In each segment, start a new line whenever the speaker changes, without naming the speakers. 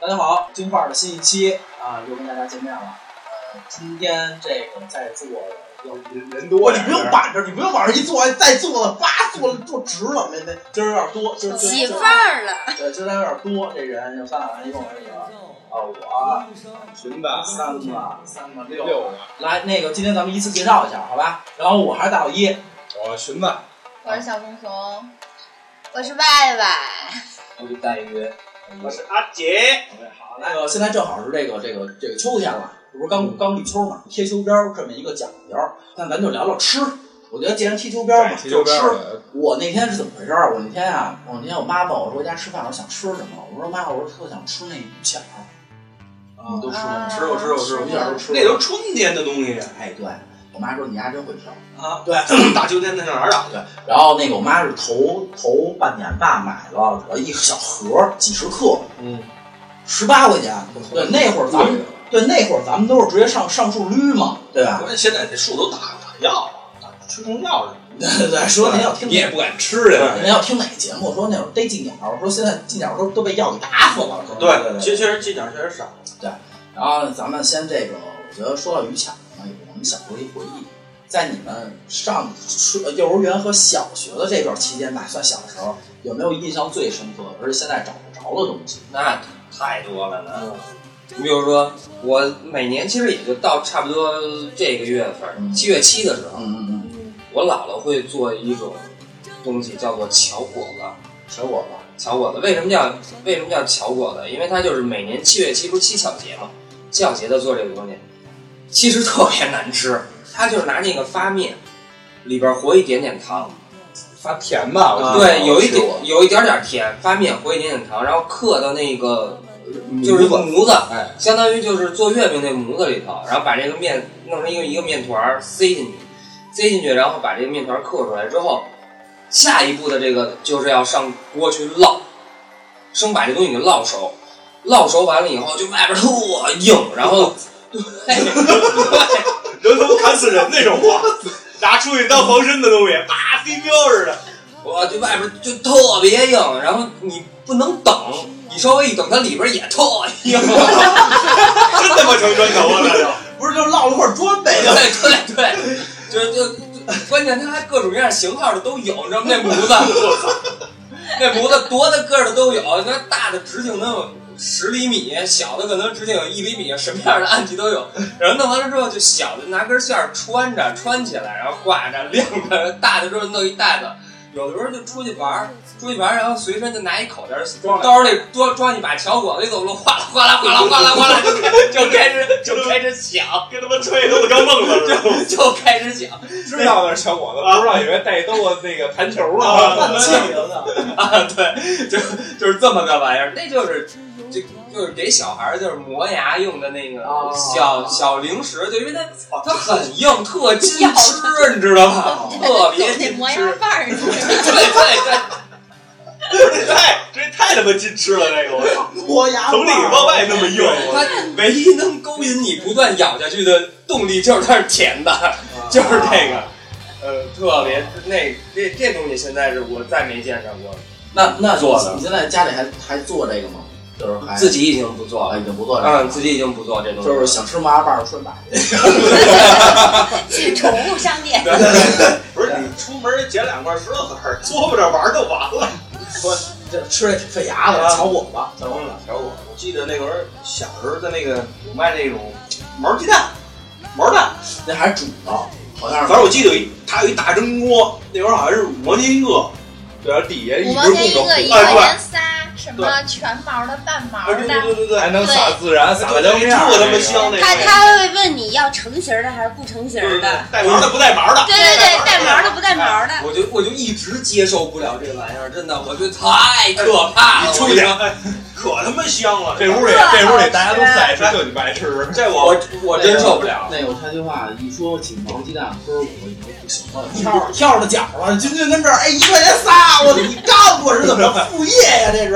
大家好，京范儿的新一期啊，又跟大家见面了。呃，今天这个在座有
人人
我
多
你
点儿，
不用板着，你不用往上一坐，再坐了，叭坐了坐直了，没没，今儿有点多，今儿今儿
起范儿了，
对，今天有点多，这人就三两人一共人有啊，我啊
群吧，
三个三个六
六
个。来，那个今天咱们依次介绍一下，好吧？然后我还是大老一，
个，我群吧，
我是小熊熊，我是外外，
我就带鱼。
我是阿杰，
好，那个现在正好是这个这个这个秋天了，这不是刚刚立秋嘛，贴秋膘儿这么一个讲究。那咱就聊聊吃。我觉得既然贴秋膘儿嘛，
提
就
溜
吃
边。儿的，
我那天是怎么回事儿？我那天啊，我那天我妈问我说回家吃饭，我说想吃什么？我说妈，我说特想吃那鱼饺儿。啊，都吃过，
吃过吃过吃
鱼
过，
饺儿都吃过。
那都春天的东西
哎，对我妈说你丫真会挑。
啊，
对，
大秋天在哪儿啊？
然后那个我妈是头头半年吧买了呃一小盒儿几十克，
嗯，
十八块钱。对，那会儿咱们
对
对那会儿咱们都是直接上上树捋嘛，对吧？
关键现在这树都打打药了，打驱虫药了，
对对对，说您要听
你也不敢吃这个，
您要听哪个节目？说那会儿逮金鸟，说现在金鸟都都被药给打死了。说对
其实确实这点儿确实少，
然后咱们先这个，我觉得说到于巧呢，有我们小时候一回忆，在你们上初幼儿园和小学的这段期间吧，算小时候，有没有印象最深刻，而且现在找不着的东西？
那太多了呢。你比如说，我每年其实也就到差不多这个月份，
嗯
七月七的时候，
嗯嗯
我姥姥会做一种东西，叫做巧果子。
嗯，小果子，
巧果子为什么叫为什么叫巧果子？因为它就是每年七月七不是七巧节嘛，七巧节的做这个东西，其实特别难吃。它就是拿那个发面，里边和一点点糖，
发甜吧，啊我记得
对，有一
吃
点
过
有一点点甜，发面和一点点糖，然后刻到那个就是
模子
模子，
哎，
相当于就是做月饼那模子里头，然后把这个面弄成一个一个面团儿塞进去，塞进去，然后把这个面团儿刻出来之后，下一步的这个就是要上锅去烙，生把这东西给烙熟，烙熟完了以后就外边特硬，然后对对
人他妈砍死人那种话，拿出去当防身的东西，叭飞镖似的，
我这外边就特别硬，然后你不能等，你稍微一等，它里边也特硬，
真他妈成砖头了，那就
不是就落了块砖呗
对对对，就是就就关键它还各种各样型号的都有，你知道吗？那模子，那模子多大个儿的都有，那大的直径能有十厘米，小的可能直径有一厘米，什么样的暗器都有。然后弄完了之后，就小的拿根线儿穿着穿起来，然后挂着晾着，大的之后弄一袋子。有的时候就出去玩儿，出去玩儿，然后随身就拿一口袋儿，兜里多装一把小果子，一走路哗啦哗啦哗啦哗啦哗啦，就开就开始就开始响。
跟他妈揣兜子刚蹦子似的。
就开始讲
知道那是小果子，不知 道以为带一兜子那个弹球
啊
了，
犯贱人啊！
啊， 对，就就是这么个玩意儿，那就是就就是给小孩儿就是磨牙用的那个
哦
小、小零食，就因为它它很硬，特金吃，你知道 吗？特别
那
金
磨牙
吃，
范儿
对
呢，
对对，
这太这太他妈金吃了，这个我操，
磨 牙
从里往外那么硬， 我
它唯一能勾引你不断咬下去的动力就是它是甜的，就是这个，呃，特别那这这东西现在是我再没见着过，
那那
做的
你现在家里还还做这个吗？就是还
自己已经不做
啊，
了，
已经不做这个
嗯，
了，
自己已经不做这东西了，
就是想吃麻辣拌儿顺摆。
去宠物商店。
不是你出门捡两块石头子儿，琢磨着玩儿就完了。
这吃这费牙了，
啊
瞧我吧，瞧我吧。
小伙，我记得那会儿小时候在那个有卖那种毛鸡蛋，毛蛋，
那还是煮的，好像哦
反
是
正我记得有一它有一大蒸锅，那会儿好像是五毛钱一个，对，然后底下一
五
直
毛钱一
供着
个，一
火，
块
哎，对。
钱仨，什么全毛的、半毛
啊，对对
的。
对对对，
还能撒孜然，撒辣椒面儿，
特他妈香那
他
个，
他会问你要成型儿的还是不成型
对对对
儿的，
带毛的不带毛的，
对对对，带毛的不带毛的。
我就我就一直接受不了这玩意儿，真的，我觉得太可怕了。
一出去哎可他妈香了，
这屋里这屋里大家都不爱吃，就你不爱吃。
这我
我我真受不了。
那个插句话，一说起毛鸡蛋羹，我已经不行了，跳着跳着脚了，君君跟这儿，哎，一块钱仨，我你告诉我是怎么着副业呀？这 是，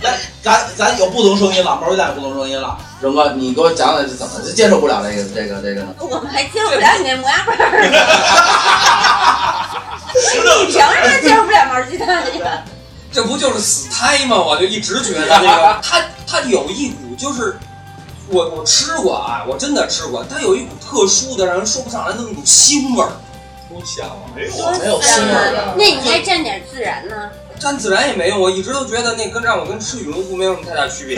咱咱咱有不同声音了，毛鸡蛋不同声音了。荣哥，你给我讲讲是怎么接受不了这个这个这个呢？
我们还接受不了你那磨牙棒儿，你凭什么接受不了毛鸡蛋呀？
这不就是死胎吗？我就一直觉得这个，它它有一股就是我我吃过啊，我真的吃过，它有一股特殊的让人说不上来的那种腥味儿，
出现了，
没有
我没有腥味儿，
那你该蘸点孜然呢。
蘸孜然也没用，我一直都觉得那跟让我跟吃羽绒服没有什么太大 区别。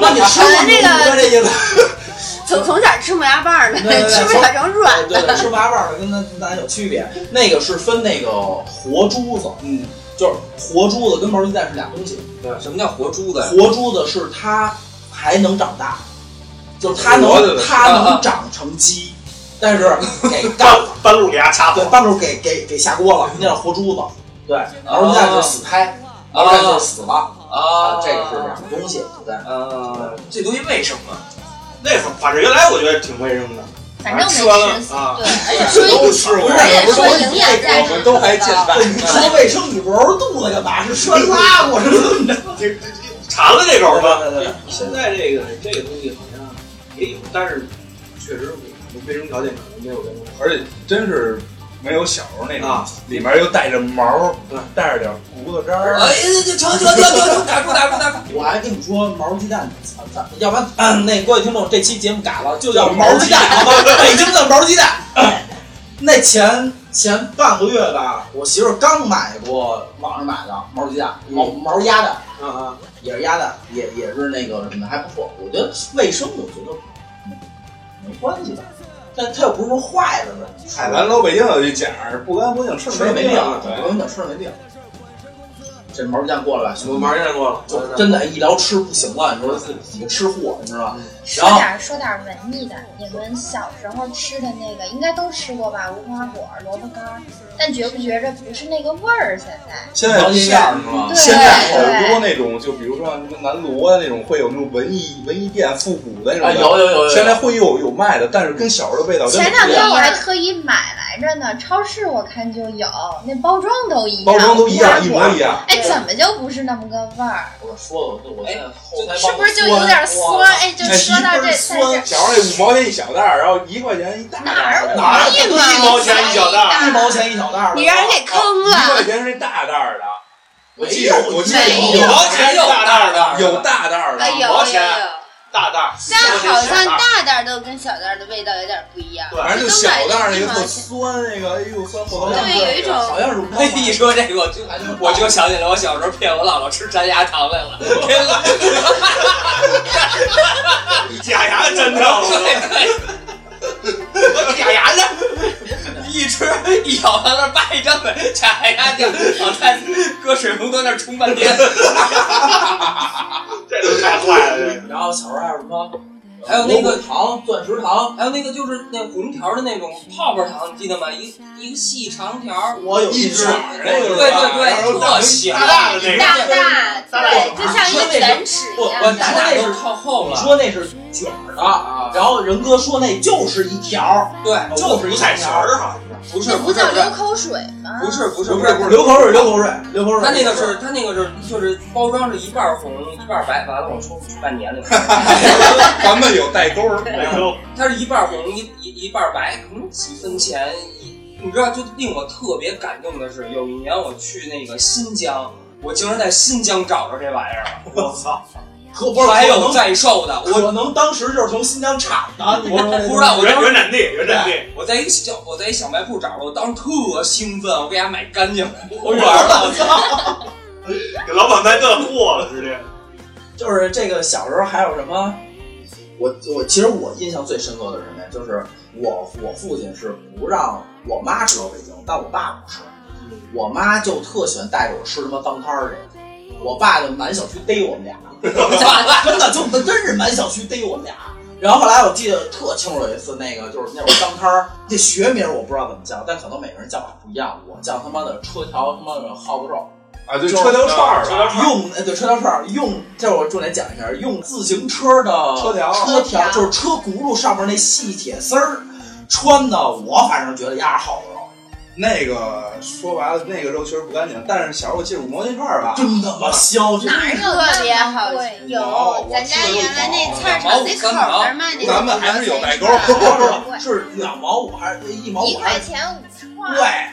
那你吃过
那个
这意思？
从从小吃木牙棒的，
对对对
吃不了成软
对
的。
对，吃八瓣儿的跟咱咱有区别。那个是分那个活珠子，
嗯，
就是活珠子跟毛鸡蛋是俩东西。
什么叫活珠子呀？
活珠子是它还能长大，就是它能
活着的
它
啊
能
啊
长成鸡，但是 给干了，
半路给牙掐
对，
了。
半路给给给下锅了，那叫活珠子。对，
啊
毛鸡蛋就是死胎，毛鸡蛋就是死了，
啊，
这个是两个东西。对，
啊，这东西卫生 啊，
那会儿，反正原来我觉得挺卫生的，
反正
吃完了
没吃死，
啊
对，而且说
哎都啊吃过
不是，
而且
不是
说营养价值
我们都还健
高
在。
你说卫生，你揉揉肚子干嘛？是拴拉我是怎么着？
这这这馋了这口吧。
对对对对
现在这个这个东西好像也有，但是确实我们卫生条件可能没有原来好。
而且真是没有小时候那种
啊，
里面又带着毛
对，
带着点骨头渣儿。
哎，这成成成成成，打住打住打住！
我还跟你说毛鸡蛋，咱咱要不然、嗯那各位听众，这期节目改了，就叫 毛鸡蛋，好吧？北京的毛鸡蛋。 那前前半个月吧，我媳妇儿刚买过网上买的毛鸡蛋，毛毛鸭蛋
啊啊，
也是鸭蛋，也也是那个什么还不错。我觉得卫生，我觉得没没关系吧，但它又不是说坏了的。
海南老北京有一讲儿，不干不净吃
吃了没
没
病，我
对，
跟你讲，吃了没病。这毛鸡蛋过来吧，行
我玩见过了，
就真的，一聊吃不行啊了，你说自己个吃货，你知道吗？然
说
后
点儿说点儿文艺的，你们小时候吃的那个应该都吃过吧？无花果、萝卜干儿，但觉不觉着不是那个味儿？现在
现在
鸡蛋是吗？
对
啊现在好多那种，就比如说什么南锣啊那种，会有那种文艺文艺店复古的那种
啊，
的。
有有有有，
现在会有有卖的，但是跟小时候的味道真
前
的
两
不一样。
天我还特意买来着呢，超市我看就有，那包装都一样，
包装都一样，一
无
模
花果
一样。
哎，怎么就不是那么个味儿？
我说了，我现在后台
是不是就有点酸？哎，就
哎，
说到
一
这，
根
在这
酸，小时候那五毛钱一小袋儿，然后一块钱一大袋儿，
哪儿
一
一毛钱一小袋儿
一毛钱一小袋儿，
你让人给坑
一块
了，
钱是大袋儿的，
啊
我
没
记得
有，
我记得
没
有
毛钱一大袋儿的，
有大袋儿的
哎，呦
毛
呦
钱
呦！
大袋儿，
但好像大袋儿都跟小袋儿的味道有点不一样。
反正就
都
小
买
袋儿那
一
个
毛
特
钱
酸，那个哎呦酸后头
好像是
对有一种
好像是
哎，一说这个，我就我就想起来，我小时候骗我姥姥吃粘牙糖来了，真的，
假牙粘到了，我假牙呢？
一吃一咬完那叭一张嘴，假牙就好在搁水龙头那儿冲半天。
这都太坏了，
然后小时候还有什么？
还有那个
糖，钻石糖，
还有那个就是那红条的那种泡泡糖，你记得吗？一一个细长条，
我有
一
印
只
象。
那个
对
是
对
吧然后
对，特小，
大大的那
对
个
大大，对，就像一个卷尺一
我
样
我
大
的。
大都靠后
你
了。
说那是卷儿的，
啊，
然后仁哥说那就是一条儿，
对，
就是
五
一
彩绳
条儿。
儿好像
不是
那
不
不
是
叫流口水吗？
不是不是
不
不
是
是
不是，流口水，流口水，流口水。
他那个是，他那个是，就是包装是一半儿红一半儿白，完了我抽出半年了。
咱们有代沟儿，
是，有
它是一半儿红一一一半儿白，可能几分钱一，你知道，就令我特别感动的是，有一年我去那个新疆，我竟然在新疆找着这玩意儿了，
我操，
可不是
还
可
有
能
在售的，我
可能当时就是从新疆产的，你知道吗
我不知道，我
原
当时
原产地，原产地，
我在一个小我在一小卖部找着，我当时特兴奋，我给它买干净，我
我
玩儿了，
给老板卖断货了，直接。
就是这个小时候还有什么？我我其实我印象最深刻的是什么呀？就是我我父亲是不让我妈知道北京，但我爸不是。我妈就特喜欢带着我吃什么脏摊儿去，我爸就满小区逮我们俩，真的就真是满小区逮我们俩。然后后来我记得特清楚有一次，那个就是那会儿脏摊儿，这学名我不知道怎么叫，但可能每个人叫法不一样。我叫他妈的车条他妈的耗子肉，
啊，对，车条串儿吧，
用呃对车条串儿用，这我重点讲一下，用自行车的
车条
车条
车条
就是车轱辘上面那细铁丝儿穿的，我反正觉得压着好肉，
那个说白了，那个肉确实不干净，但是小时候我记得五毛钱一串儿吧，
真他妈香！就
哪儿有
特别
那么
好
贵
吃
有，咱家原来那菜市场那口那儿卖那
咱们还是有代沟
一
不
串
是
儿
是两毛五还是一毛
一
五还
块
是？
钱五串
对
儿，，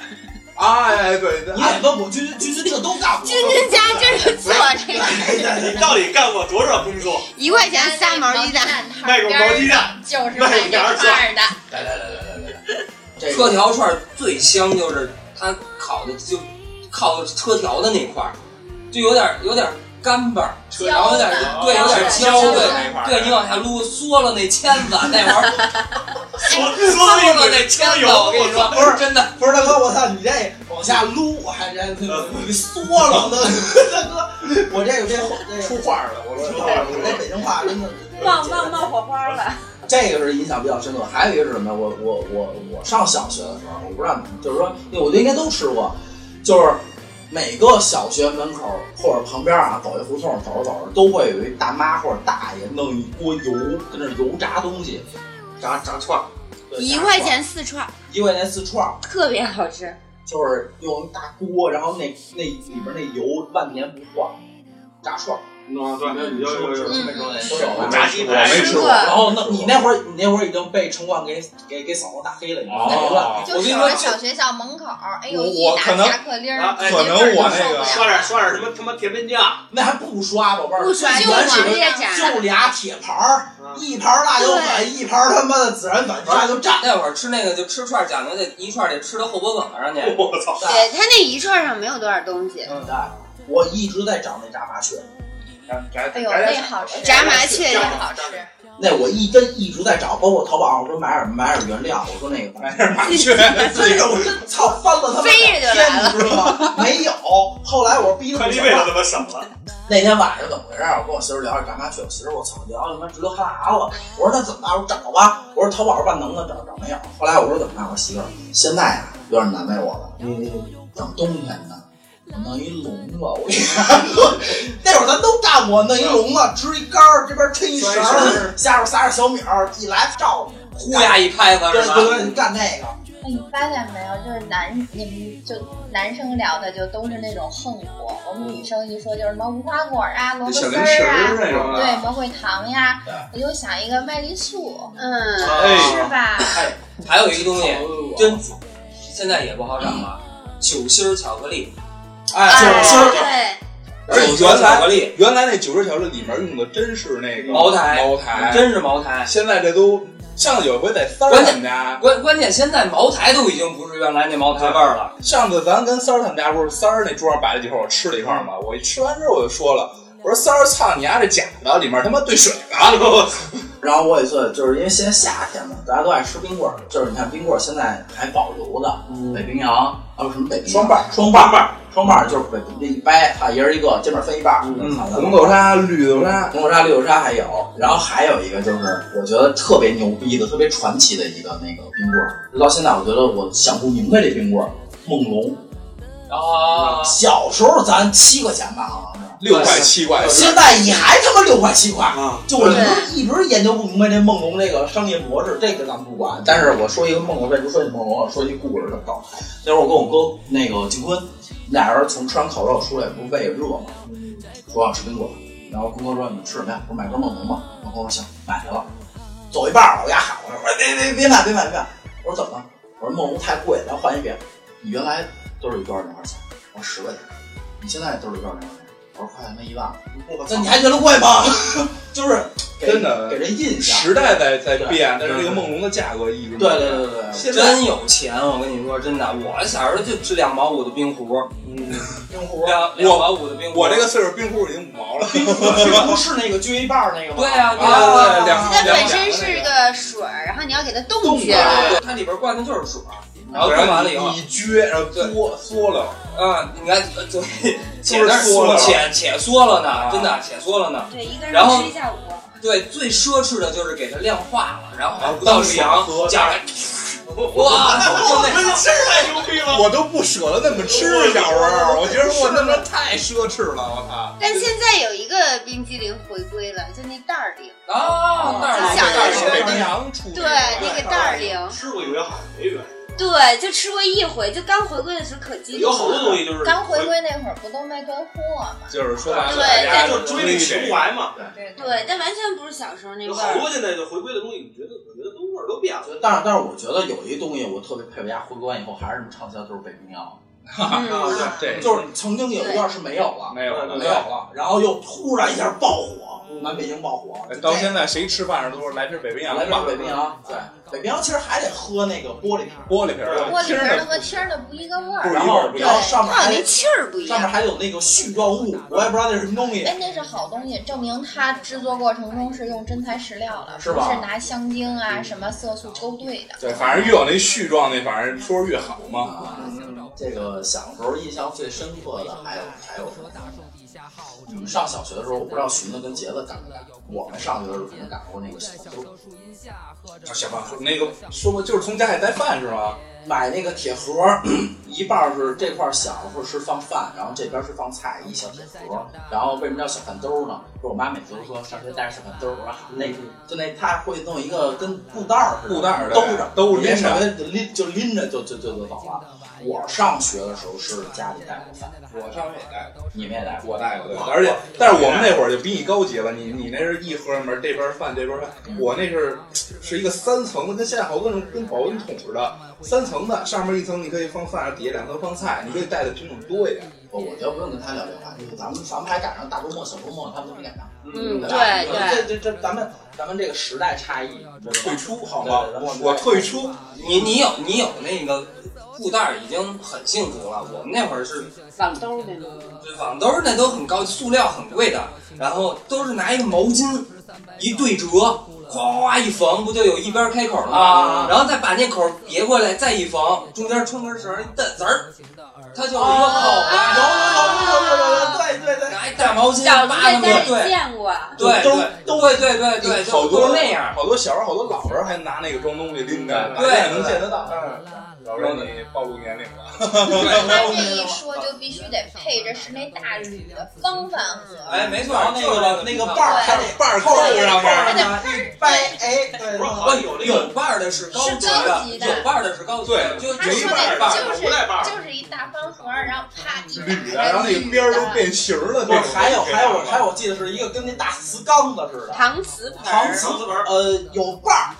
哎，对，
你得问我君君君君那个都干过，
君君家真是做这个，
你到底干过多少工作？
一块钱仨毛
毛
鸡蛋，
摊
卖
儿
过
边
毛
儿
鸡蛋，
就是卖牛二的，
来来来来来来，
这
车
个
条串儿最香就是它烤的就靠车条的那块儿，就有点有点干巴儿，
焦
然后有点
的
对有点
焦
焦
的
对。
那块儿，
对你往下撸，缩了那签子，那玩意儿
说
缩
说
了那签子，我跟你说，
不是
真的，
不是大哥，我操，你这往下撸，我还这 你缩了呢，大哥，我这个这这
出画了，我
我
出
操，
画
我这
了。
北京话真的
冒冒冒火花了。
这个是影响比较深的，还有一个是什么呀？我我我我上小学的时候，我不知道你们，就是说，我觉得应该都吃过，就是每个小学门口或者旁边啊，走一胡同，走着走着都会有一大妈或者大爷弄一锅油，跟那油炸东西，
炸炸串儿，
对
一
炸
块
串
钱四串，
一块钱四串儿，
特别好吃。
就是用一大锅，然后那那里边那油万年不换，炸串儿
啊，对，有有有，
嗯
没
都
说
有吧。
炸鸡
我
排
没吃过，
然后那你那会儿你那会儿已经被城管给给给扫到大黑了，你知道吗没了。
哦，
就
我跟你
守
说
着小学校门口儿，哎呦，
我
一
我
打
可能
下课铃儿，
啊哎
一会儿
可能我
就
那
受
个
不
刷
了
点
了
刷点什么他妈甜面酱，
那还不刷，宝贝儿，
不刷
就
就
原始
往
的
这炸，
就俩铁盘儿，
嗯
一盘儿辣椒粉，一盘儿他妈的孜然粉，大家都蘸。
那会儿吃那个就吃串儿讲究得一串儿得吃到后脖梗上去，
我操！
对，它那一串上没有多少东西。
嗯，对，我一直在找那炸麻雀，
哎呦，那好吃，
炸麻雀也
真
好
好吃。
那我一真一直在找，包括淘宝上我说买点买点原料，我说那个买点麻雀， 真是我真操翻了他妈
飞着就来了
两天，你知道吗？没有，后来我逼他
快
们
递
想
费
办
都
法
他妈省了，
那天晚上怎么回事儿？我跟我媳妇儿聊着干嘛去？我媳妇儿我操，聊他妈直流哈喇子。我说那怎么办？我说找吧。我说淘宝上办能的找找没有。后来我说怎么办？我媳妇儿现在啊有点难为我了，你等冬天呢，弄一笼子。我跟你 说，那会儿咱都干过，弄一笼子，支一杆儿，这边抻一绳儿，下边撒点小米儿，一来照着你，
呼呀一拍子
对对
是吧？
对，你干那个。
哎，你发现没有？就是男你们就男生聊的就都是那种横活，我们女生一说就是什么无花果啊、萝卜丝儿啊，
那种
对，魔鬼糖呀
对，
我就想一个麦丽素，
嗯，
哎，
是吧？
还有一个东西
哦
真现在也不好找了，酒心儿巧克力，
哎，就是就是
对，
而且
酒心儿
原
巧
来
克力
原来那九十条这里面用的真是那个
茅台
茅台，
真是茅台。
现在这都上次有回在三儿他们家，
关关键现在茅台都已经不是原来那茅台味儿了，
上次咱跟三儿他们家不是三儿那桌上摆了几块，我吃了一块嘛。我一吃完之后我就说了，我说三儿，操你丫、这假的，里面他妈兑水了。
然后我有一次，就是因为现在夏天嘛，大家都爱吃冰棍儿，就是你看冰棍儿现在还保留的，北冰洋啊不是什么北冰洋
嗯双瓣儿
双瓣儿双瓣儿就是北这一掰，啊一人一个，肩膀分一半儿，嗯好的
嗯红豆沙、绿豆
嗯
沙，
红豆沙、绿豆沙还有，然后还有一个就是我觉得特别牛逼的、特别传奇的一个那个冰棍儿，到现在我觉得我想不明白这冰棍儿，梦龙。
啊，
小时候咱七块钱吧，好像是，
六块七块，
现在你还他妈六块七块。
啊，
就我一直研究不明白这梦龙这个商业模式，这个咱们不管。但是我说一个梦龙，为什么说起梦龙？我说一故事就搞。那会儿我跟我哥那个结婚，俩人从吃完烤肉出来，不是胃热吗？说要吃冰棍，然后工哥说你们吃什么呀？我说买根梦龙吧。我哥说行，买去了。走一半儿了，我给他喊我说别别别买别买别买！我说怎么了？我说梦龙太贵，咱换一别的。你原来都是一罐多少钱？我说十块钱。你现在都是一罐多少钱？我说快他妈一万了。
我
那你还觉得贵吗？ 就是给
真的
给人印象。
时代在在
对
变，但是这个梦龙的价格一直
对对对对对，
现在
真有钱！啊我跟你说，真的，我小时候就吃两毛五的冰壶，
冰壶，
两两毛五的冰壶。
我这个岁数冰壶已经五毛了，
这不是那个撅一半儿那个吗？
对呀对
啊
呀，
两
它
两
本身是个水儿，然后你要给它冻起
对
来。
对，它里边灌的就是水儿，然后
然
灌
后
完了以
你
后，
你撅，然后
对
缩缩了，
啊，你看，呃对， 且
就是
那
缩了
且且缩了呢，
啊
真的且缩了呢。
对，一个
然后
人吃一下午。
对，最奢侈的就是给它量化了，然后还
然后
不到
当水
凉
喝，
加上，
啊
哇，就那
这太牛逼了！
我都不舍得那么吃，小时候，我觉得我他妈太奢侈了，我操！
但现在有一个冰激凌回归了，就那袋儿零，
啊，那儿
就想
那
着
儿
吃
北冰洋出
对，那个袋儿零，
吃过有好没远，
对，就吃过一回，就刚回归的时候可激动
有好多
了。
东西就是
刚回归那会儿不都卖断货吗？
就是说白了，
对
大家
但
就是追那情
啊
怀嘛。
对
对，但完全不是小时候那
有
味
好
儿。
多现在就回归的东西，你觉得我觉得都味儿都变了。
但是但是我觉得有一东西我特别佩服人家回关以后还是这么畅销，就是北冰洋。
嗯
啊，
这
就是你曾经有一段是没有了，
没有了
没有了，然后又突然一下爆火，南北京爆火，
到现在谁吃饭时都是来哎瓶北冰洋
来
吧
点，北冰洋，对，北冰洋其实还得喝那个玻璃瓶儿，
玻璃瓶儿的，
玻璃瓶儿的
听着
和听儿的不一个味
不
儿
一。
然后
对
然后上面
它
还
好像那气儿不一
上面
样。
还有那个絮状物，我也不知道那是什么东西。
哎，那是好东西，证明它制作过程中是用真材实料了，
是
不
吧
是拿香精啊、什么色素勾兑的。
对，反正越有那絮状那，反正说是越好嘛。
啊，这个小时候印象最深刻的还有还有什么？你们上小学的时候，我不知道寻子跟杰子赶没赶，我们上学的时候肯定赶过那个小偷，
就小胖说那个说过就是从家里带饭是吗？
买那个铁盒儿， 一半儿是这块儿小的时候是放饭，然后这边儿是放菜，一小铁盒儿。然后为什么叫小饭兜儿呢？就是我妈每次都说上学带着小饭兜儿，我说喊那就那她会弄一个跟布袋儿似的，
嗯布袋儿的
兜着
兜着
拎着就拎就拎着就就就就走了。我上学的时候是家里带过饭，
我上回也带过，
你们也带过。
我带过对，而且但是我们那会儿就比你高级了，你你那是一盒门这边饭这边饭，我那是是一个三层的，跟现在好多那种跟保温桶似的，三层的，上面一层你可以放饭，底下两层放菜，你可以带的品种多一点。
我哦我觉得不用跟他聊这个话题，咱们咱们还赶上大周末、小周末，他们都没赶上。
嗯，
吧
对对，
这这这咱们咱们这个时代差异，
退
退
出好吗
对对？对
我我退出，
你你有你有那个布袋儿已经很幸福了，我们那会儿是
网兜那种，
这网兜儿那都很高级，塑料很贵的，然后都是拿一个毛巾一对折，哗哗一缝，不就有一边开口了吗？
啊
然后再把那口别过来，再一缝，中间穿根绳儿一蹬，滋儿，它就有一个口
啊
有
了。
有有有有有有，对对对。
拿一大毛巾
小时
扒
候
拉
在家
过，
里
对
见过，
对
都
都对对对对，
好
就
多
都是那样。
好多小时候好多老人还拿那个装东西拎着，
对
现在能见得到。
嗯，
老人你暴露年龄了，
他这一说就必须得配着是那大铝的方饭盒，
哎，没错
然后，那个那个把儿还得
把儿扣上面。
儿呢，一掰，哎，对，
不是好
不
像有那
有
个
伴儿的是高级
是高级的
有伴儿的是高级的，
对
就
他
就一
说
半儿
的
吧。
就是
不带把儿
就是一大方盒，然后啪一
铝的，
打开
然后那个边儿
铝
都
的
变形儿了。
不是还有还有还有，
有，
我记得是一个跟那大瓷缸子似的，
搪瓷盆
搪
儿，
瓷
搪瓷盆儿
呃，有把儿，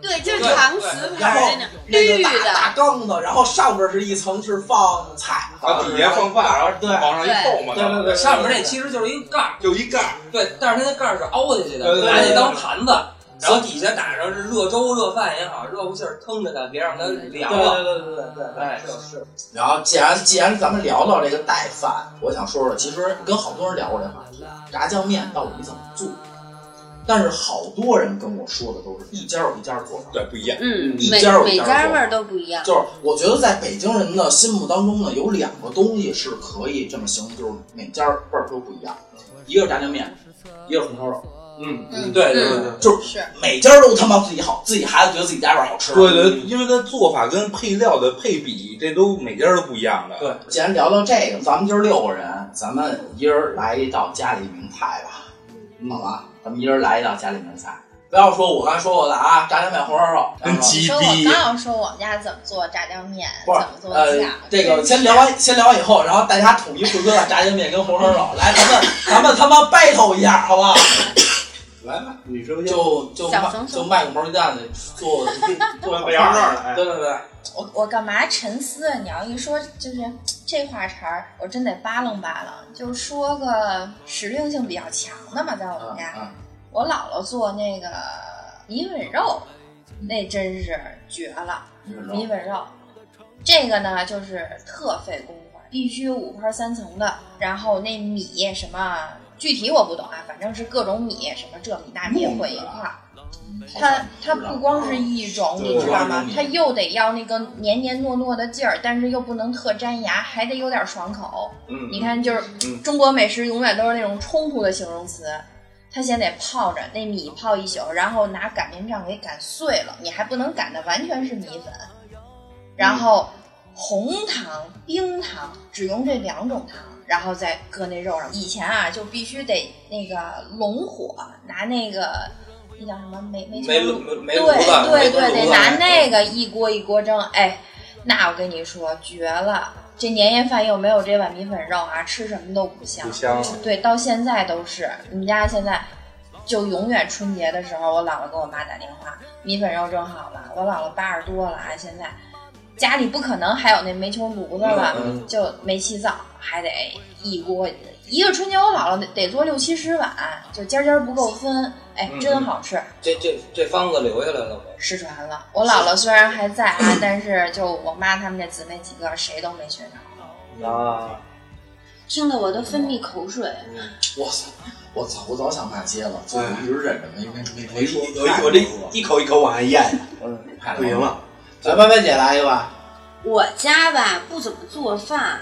对，就是搪瓷盆
然
儿
后
的那种
那
绿
个大
的，
大缸子，然后上边是一层是放菜，
然后底下放饭，然后
对
往上一扣嘛，
对对对，
上面那其实就是一个盖儿，
就一盖儿，
对，但是它那盖儿是凹下去的，
对对对
拿那当盘子，然后底下打上是热粥、热饭也好，热乎气儿腾着它，别让它凉
对
了。
对对对对对，
哎，
然后，既然既然咱们聊到这个带饭，我想说说，其实跟好多人聊过这话题，炸酱面到底怎么做？但是好多人跟我说的都是一家有一家的做法，
对，不一样。
嗯，
一
每
家儿有
每
一家儿
家
做
味儿都不一样。
就是我觉得在北京人的心目当中呢，有两个东西是可以这么形容，就是每家味儿都不一样，一个是炸酱面，一个是红烧肉，
嗯，
嗯，对对对对，
就是
是
每家都他妈自己好，自己孩子觉得自己家味儿好吃。
对对，因为它做法跟配料的配比，这都每家都不一样的。
对
既然聊到这个，咱们今儿六个人，咱们一人来一道家里名菜吧，好吧？咱们一人来一道家里名菜，不要说我刚才说过的啊，炸酱面、红烧肉，
跟
鸡
鸡
你说我
逼
刚要说我们家怎么做炸酱面，
不
怎
是
么做
呃
酱，，
这个先聊完，先聊完以后，然后大家统一回归到炸酱面跟红烧肉，来，咱们咱们他妈 battle 一下，好不好？
来吧，你说
就就
小
卖
熊熊
就卖个毛鸡蛋做做
北洋这儿来，
对对对，
我我干嘛沉思啊？你要一说就是这话茬儿，我真得扒楞扒楞，就说个实用性比较强的嘛，在我
嗯
们家，
嗯，
我姥姥做那个米粉肉，那真是绝了，
你们
米
说
粉肉。这个呢，就是特费功夫，必须五花三层的，然后那米什么具体我不懂啊，反正是各种米，什么这米那米混一块儿。它它不光是一种，
对
你知道
光
吗
是米？
它又得要那个黏黏糯糯的劲儿，但是又不能特粘牙，还得有点爽口。
嗯，
你看，就是
嗯
中国美食永远都是那种冲突的形容词。它先得泡着那米泡一宿，然后拿擀面杖给擀碎了，你还不能擀的完全是米粉。然后红糖、冰糖只用这两种糖，然后再搁那肉上。以前啊，就必须得那个龙火，拿那个那叫什么煤煤
没
球炉
没没
嗯对
炉子，
对
没
对，
炉
得
子
嗯
拿那个一锅一锅蒸。哎，那我跟你说，绝了！这年夜饭又没有这碗米粉肉啊，吃什么都不香
不。香，
对，到现在都是，我们家现在就永远春节的时候，我姥姥给我妈打电话，米粉肉蒸好了。我姥姥八十多了啊，现在家里不可能还有那煤球炉子了，
嗯
就煤气灶还得一锅。一个春节我姥姥得得做六七十碗，就尖尖不够分，哎，
嗯
真好吃。
这这这方子留下来了没？
失传了。我姥姥虽然还在啊，但是就我妈她们这姊妹几个谁都没学着。
啊，
听得我都分泌口水。
我操！我操！我早想骂街了，就一直忍着没没没
我
没
一
说。
我一我这一口一口往下咽，
太
不行，了。
咱班班姐来一个。
我家吧不怎么做饭，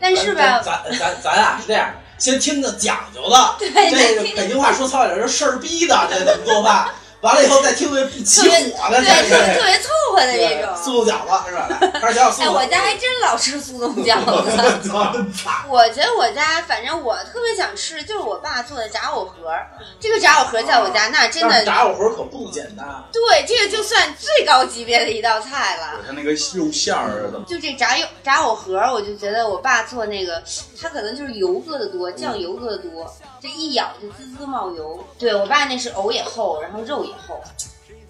但是
咱
吧，
咱咱咱俩是这样，先听着讲究的，
对
这个北京话说糙点儿，这事儿逼的，这怎么做饭？完了以后再听着不起火的，
对，
这
特别
是
特别凑合的那种。
素饺子是吧？开始讲素
哎，我
饺
家还真老吃速冻 饺子。
子，操！
我觉得我家，反正我特别想吃，就是我爸做的炸藕盒儿。这个炸藕盒儿在我家那真
但是
的，
炸火锅可不简单，
对，这个就算最高级别的一道菜了。
它那个肉馅儿的，
就这炸油炸藕盒儿，我就觉得我爸做那个，他可能就是油搁的多，酱油搁的多，这一咬就滋滋冒油。对我爸那是藕也厚，然后肉也厚。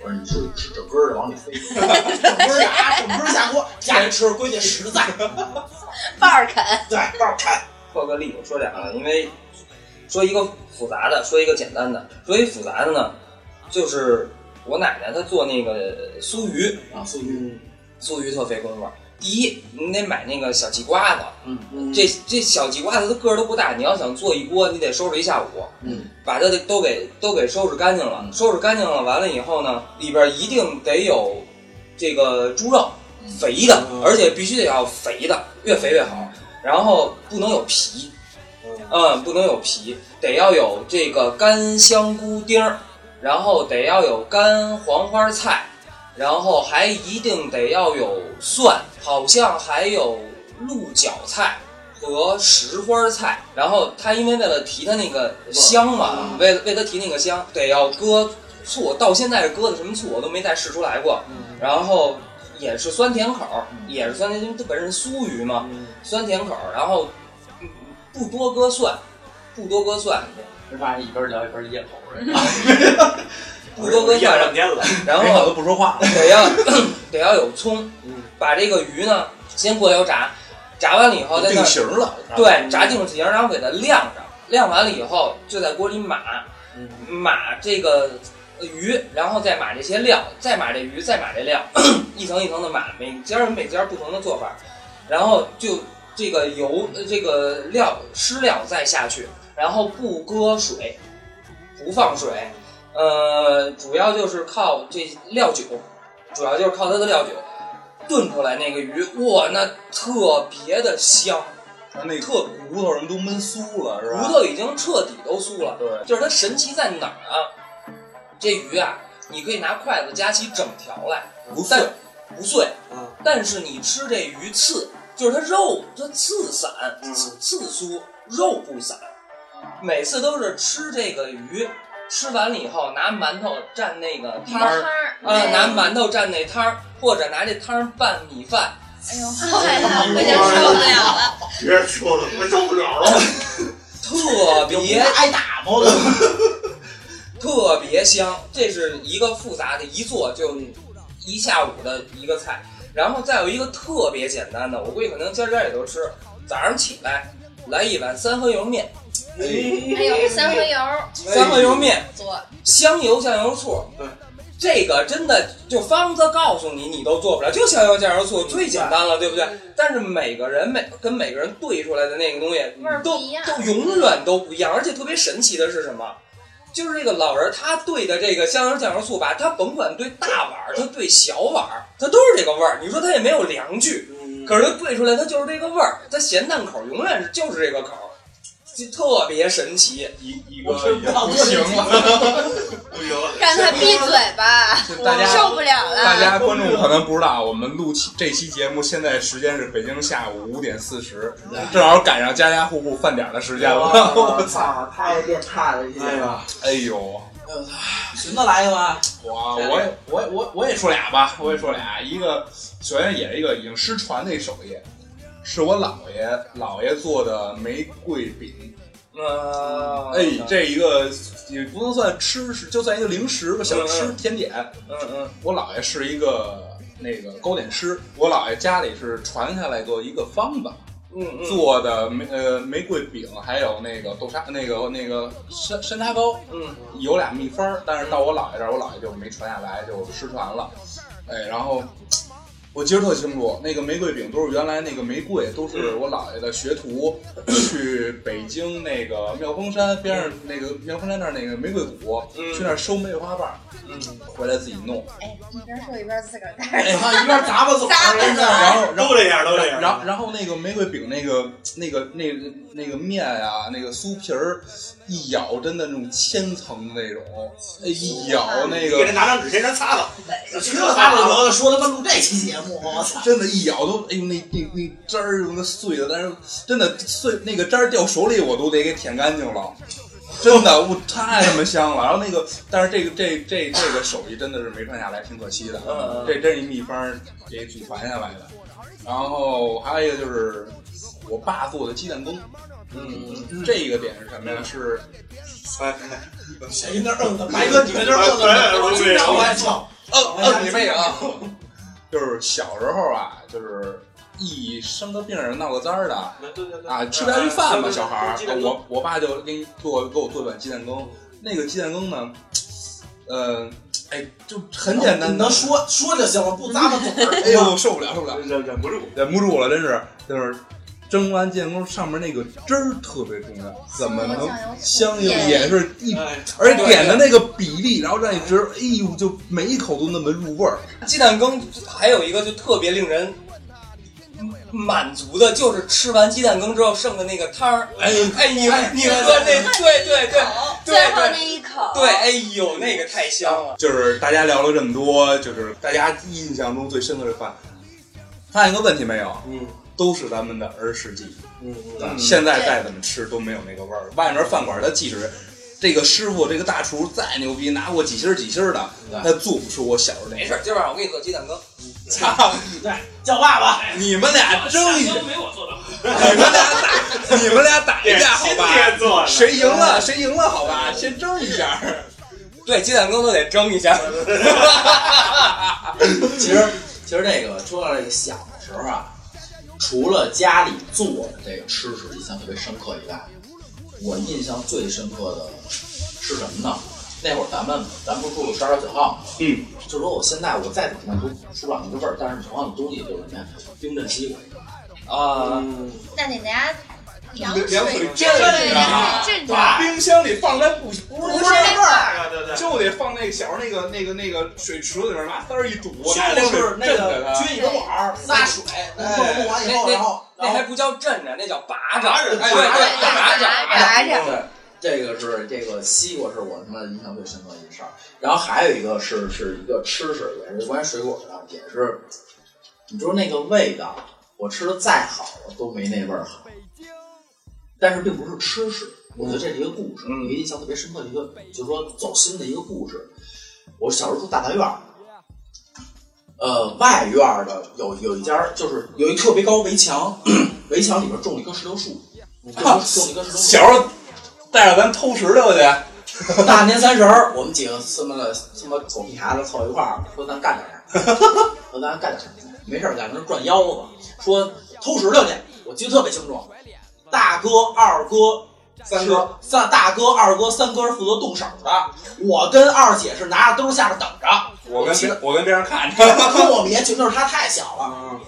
不是你是是整根儿的往里飞，整根儿炸，整根儿下锅，家里吃规矩实在，
半儿啃，
对，不好看。
破个例，我说俩啊，因为说一个复杂的，说一个简单的，说一复杂的呢，就是我奶奶她做那个酥鱼，
啊，素云，
酥鱼特费功夫。第一，你得买那个小鸡瓜子，
嗯，
这这小鸡瓜子它个儿都不大，你要想做一锅，你得收拾一下午，
嗯，
把它都给都给收拾干净了。收拾干净了，完了以后呢，里边一定得有这个猪肉，肥的，而且必须得要肥的，越肥越好。然后不能有皮，嗯，不能有皮，得要有这个干香菇丁儿，然后得要有干黄花菜，然后还一定得要有蒜，好像还有鹿角菜。和石花菜，然后它因为为了提它那个香嘛，为为它提那个香，得要搁醋，到现在是搁的什么醋我都没再试出来过。然后也是酸甜口儿，也是酸甜，因为它本身是酥鱼嘛，酸甜口儿。然后嗯不多搁蒜，不多搁蒜，
哎
吃饭一边聊一边咽口水，
不多搁
咽
哎
蒜，
半天了。
然
没好
后
都不说话了。
得要 得要有葱，
嗯
把这个鱼呢先过油炸，炸完了以后在那
定
儿
型了，
对，炸定型，然后给它晾着，晾完了以后就在锅里码，
嗯
码这个鱼，然后再码这些料，再码这鱼，再码这料， 一层一层的码，每家有每家不同的做法，然后就这个油呃这个料湿料再下去，然后不搁水，不放水，呃，主要就是靠这料酒，主要就是靠它的料酒。炖出来那个鱼，哇，那特别的香，
然后那
特
骨头什么都闷酥了，是吧？
骨头已经彻底都酥了。
对，
就是它神奇在哪儿啊？这鱼啊，你可以拿筷子夹起整条来，
不碎
但不碎
嗯。
但是你吃这鱼刺，就是它肉它刺散，
嗯
刺刺酥，肉不散。每次都是吃这个鱼，吃完了以后拿馒头蘸那个
鱼
汤
摊
儿，
儿
啊，
哎
拿馒头蘸那汤儿，或者拿这汤儿拌米饭。
哎呦，
哎呀， 我已经受不了 了。
别说了，我受不了了。
特别
挨打吗？我都
特别香，这是一个复杂的，一做就一下午的一个菜。然后再有一个特别简单的，我估计可能家家也都吃。早上起来来一碗三合油面，
哎呦，三合油儿
三合油面
做
香油酱油醋，
对，
这个真的就方子告诉你，你都做不了，就香油酱油醋最简单了，对不对？但是每个人每跟每个人兑出来的那个东西
味儿不
都
一样。
都永远都不一样，而且特别神奇的是什么？就是这个老人他兑的这个香油酱油醋吧，他甭管兑大碗儿，他兑小碗儿，他都是这个味儿。你说他也没有良据，
嗯
可是他兑出来他就是这个味儿，他咸淡口永远是就是这个口儿，就特别神奇。
一一个不行了。
不行了，
让他闭嘴吧，
就大家
受不了
大
了。
家观众可能不知道，我们录期这期节目现在时间是北京下午五点四十，正好赶上家家户户饭点儿的时间了。
我操，太变态了，
哎
这个。
呀，
哎呦，
寻思来一个吧，
我我也我也我我也说俩吧，我也说俩，一个首先也是一个已经失传的一手艺，是我姥爷姥爷做的玫瑰饼。
嗯，
哎，这一个也不能算吃，就算一个零食吧，小吃
嗯
甜点。
嗯嗯
我姥爷是一个那个糕点师，我姥爷家里是传下来过一个方子，
嗯嗯
做的玫呃玫瑰饼，还有那个豆沙那个那个山山楂糕，
嗯，
有俩秘方儿，但是到我姥爷这儿，我姥爷就没传下来，就失传了。哎，然后我记得特清楚，那个玫瑰饼都是原来那个玫瑰，都
嗯
是我姥爷的学 徒、去北京那个妙峰山边
嗯
上那个妙峰山那儿那个玫瑰谷，去那儿收玫瑰花瓣儿，回来自己弄。
哎，一边说一边自个儿带着。
嗯哎，他一边咂巴嘴儿，一边
然后，然
都
后。
这样，都这样。嗯
然后，然后那个玫瑰饼，那个、那个、那个、那个面啊，那个酥皮儿，一咬真的那种千层那种，哎一咬那
你给
个
他拿张纸，先让他擦擦。
去他妈的德说他妈录这期节目，我操！
真的，一咬都，哎呦，那那那汁儿用的碎的，但是真的碎那个汁儿掉手里，我都得给舔干净了。真的，我太他妈香了。然后那个，但是这个这这这个手艺真的是没传下来，挺可惜的。
嗯嗯
这真是一秘方给祖传下来的。然后还有一个就是我爸做的鸡蛋羹，嗯，这个点是什么呀？是
哎，
谁那儿摁的？白哥，你们这儿摁的？我经常我操！
哦
嗯
哦，你妹啊！ 就是小时候啊，就是一生个病儿闹个灾儿的，
呃
啊，吃不下去饭嘛，小孩儿。我我爸就给你做给我做一碗鸡蛋羹，那个鸡蛋羹呢，呃，哎，就很简单
你
的
能。说说就行了，不咂巴嘴儿。
哎呦，受不了，受不了，
忍忍不住，
忍不住了，真是，就是蒸完鸡蛋羹上面那个汁儿特别重要，怎么能香油也是一，而且点的那个比例，然后让你直，哎呦，就每一口都那么入味儿。
鸡蛋羹还有一个就特别令人满足的，就是吃完鸡蛋羹之后剩的那个汤儿。
哎
哎，你你喝那，对对对
最后
对
那一口，
对，哎呦，那个太香了。
就是大家聊了这么多，就是大家印象中最深刻的饭，发现一个问题没有？
嗯，
都是咱们的儿时记忆。
嗯
嗯现在再怎么吃都没有那个味儿。外面饭馆它即使这个师傅这个大厨再牛逼，拿过几星儿几星儿的，他做不出我小时候那
没
味
事，今晚上我给你做鸡蛋羹。
儿。操！
嗯叫爸爸，
你们俩争一，
都没我做的好。
你们俩打，你们俩打一架好
今
吧？
天做的。
谁赢了谁赢了好吧？先争一下。
对，鸡蛋羹都得蒸一下。
其实其实这个说到这个小的时候啊，除了家里做的这个吃是印象特别深刻以外，我印象最深刻的是什么呢？那会儿咱们咱不是住十二九号吗？
嗯，
就说我现在我再怎么样都吃不了那个味儿，但是同样的东西就是什么呀？冰镇西瓜。
啊，
那得拿凉水
凉水
对对
着
凉
啊
水镇着。
把冰箱里放开不不
不是那味儿，
对对
就得放那个小时候那个那个那个水池子里面，拿塞儿一堵，拿凉
就
水
是那
镇着
个
它。
撅一个碗儿，撒水，弄弄完以后，
那那
然后
那
然
还
后
不叫镇着，那叫拔着。
着
哎对对，拔着。
拿着。
这个是这个西瓜是我他妈印象最深刻的一事儿，然后还有一个是是一个吃食，也是关于水果的，也是，你说那个味道，我吃的再好都没那味儿好，但是并不是吃食，我觉得这是一个故事，一个印象特别深刻的一个，就是说走心的一个故事。我小时候住大杂院儿，呃，外院儿的有有一家儿，就是有一特别高围墙， 围墙里边种了一棵石榴树，种了种了一棵石榴树。
小时候带着咱偷石榴去，
大年三十儿，我们几个他妈的他妈狗屁孩子凑一块儿，说咱干点啥？说咱干点啥？没事儿干，那转腰子。说偷石榴去，我记得特别清楚。大哥、二哥、三哥、三大哥、二哥、三哥是负责动手的，我跟二姐是拿着兜儿下边等着。
我跟
其
别我跟边上看着。
跟我们年轻，就是他太小了。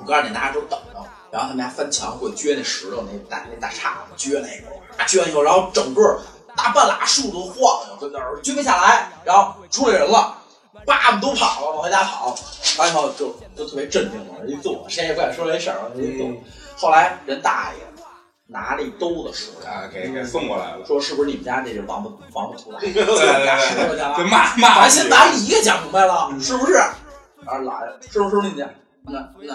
我告诉你，拿着都等着，然后他们家翻墙会撅那石头，那大那大叉子撅那个，哇撅完以后，然后整个大半拉树都晃悠，跟那儿撅没下来，然后出来人了。叭，我们都跑了，往回家跑。完以后就就特别镇定，往那一坐，谁也不敢说这事儿，往那一坐。后来人大爷拿了一兜子石头，
啊，给给送过来了，
说是不是你们家这是王八王八啊出来？
对对
家石头去了
对，就骂
咱
骂几
先
句。
咱理也讲明白了，是嗯不是？然后来了，师傅师傅你去，那那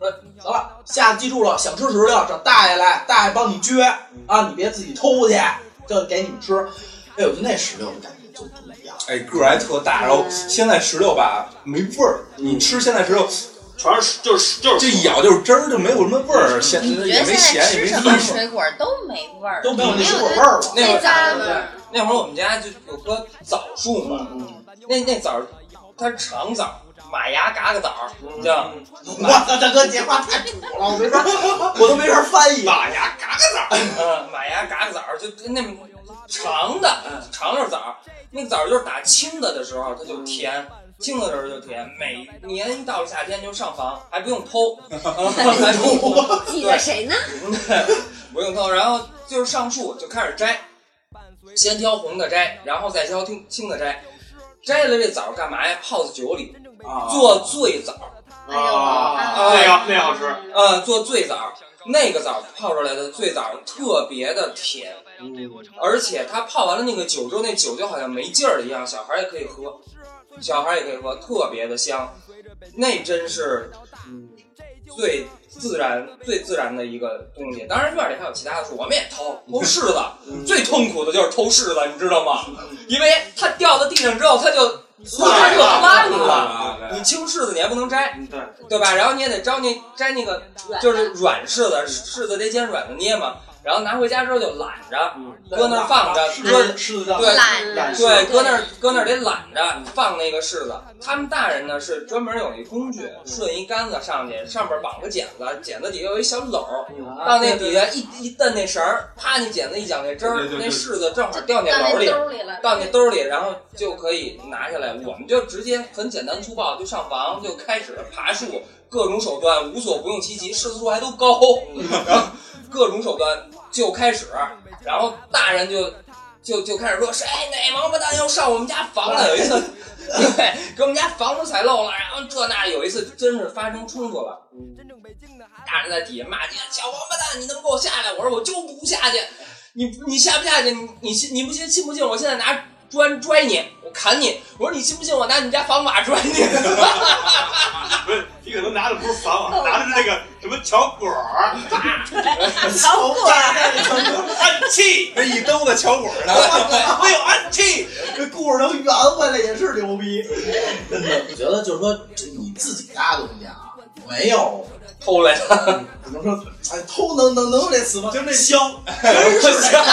说得了，下次记住了，想吃石榴找大爷来，大爷帮你撅啊，你别自己偷去，就给你们吃。哎呦，就那石榴的感觉就不一样。
哎，个儿还特大，然后现在石榴吧没味儿，你吃现在石榴
全是就是就是
这一咬就是汁儿，就没有什么味儿，咸
你觉
也
得
没
现在
咸
吃
也没
什么
腻。
水果都没味儿，
都没有那水果味儿了。
那会
最
儿
脏的，
嗯那会儿我们家就有棵枣树嘛，那那枣儿它是长枣，马牙嘎嘎枣儿，
嗯
叫
我操，大哥，这话太土了，我没法， 我都没法翻译。
马牙嘎嘎枣儿，
嗯，马牙嘎嘎枣儿，就那长的长肉枣儿，那个枣儿就是打青的的时候它就甜。青的时候就甜，每年一到了夏天就上房，还不用偷，嗯还不用偷，
记得谁呢？
不用偷，然后就是上树就开始摘，先挑红的摘，然后再挑青青的摘。摘了这枣干嘛呀？泡在酒里
啊
做醉枣，
哎呦，啊
哎
那个那好吃，
呃，做醉枣，那个枣泡出来的醉枣特别的甜，而且它泡完了那个酒之后，那酒就好像没劲儿一样，小孩儿也可以喝，小孩儿也可以喝，特别的香，那真是，嗯，最自然、最自然的一个东西。当然，院里还有其他的树，我们也偷偷柿子，最痛苦的就是偷柿子，你知道吗？因为它掉到地上之后，它就它就烂了。你青柿子你还不能摘，
嗯对，
对吧？然后你也得招那摘那个
软
就是嗯软柿子，柿子得先软的捏嘛，然后拿回家之后就揽着，搁那儿放着，搁
是是的，
对
懒
懒
人
柿
对，嗯搁那儿搁那儿得揽着放那个柿子。他们大人呢是专门有一工具，顺一杆子上去，上面绑个剪子，剪子底下有一小篓儿，到那底下一一蹬那绳儿，啪，那剪子一绞那汁儿，
对对
那
对
柿子正好掉那
到
篓
那
里。
兜里了，
到那兜里，然后就可以拿下来。我们就直接很简单粗暴，就上房就开始爬树，各种手段无所不用其极，柿子树还都高， 然后各种手段就开始，然后大人就。就就开始说，谁哪王八蛋又上我们家房了？有一次，对，给我们家房子踩漏了，然后这那有一次真是发生冲突了，大人在底下骂街，小王八蛋，你能不能给我下来？我说我就不下去，你你下不下去？你你信你不信信不信？我现在拿砖拽你，我砍你。我说你信不信？我拿你们家房瓦拽你。
不是你可能拿的不是反碗，拿的是那个什么巧果儿，
小鬼儿，
暗器，那一兜子巧果儿呢，
没有暗器，这故事能圆回来也是牛逼。真的，我觉得就是说这你自己家东西啊，没有，
偷来的，
只能说哎偷能能能有这词吗？
就那
香， 真是香，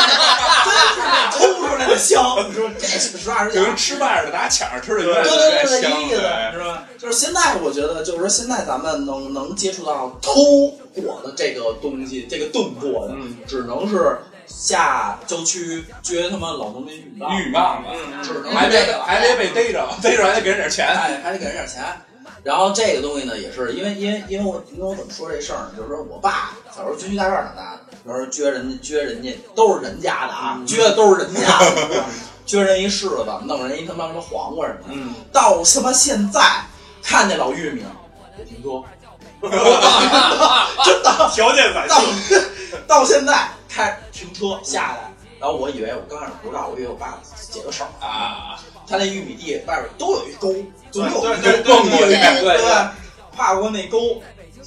真是那偷出来的香。你说这是实话实
就
讲
跟。吃饭似的，拿抢着吃的，
对
越
对对，
香
一个意思是吧？就是现在，我觉得就是说，现在咱们能能接触到偷果的这个东西，这个动作的，
嗯
只能是下郊区撅他妈老农民浴缸，
绿棒子，
只能
还
是
得
这个，
还得被逮着，逮着还得给人点钱。
哎，还得给人点钱。然后这个东西呢，也是因为因为因为我因为我怎么说这事儿呢？就是说我爸小时候军区大院长大的，有时候撅人家撅人家都是人家的啊，
嗯
撅的都是人家的， 撅人一柿子，弄人一他妈什么黄瓜什么的。
嗯，
到他妈现在看见老玉米，也挺多， 真的
条件反
到
射，
到现在开停车下来，然后我以为我刚开始不知道，我以为我爸解个手啊，他那玉米地外边都有一沟，总有一
对对
个
对
蹦过去，
对对对
吧？跨过那沟。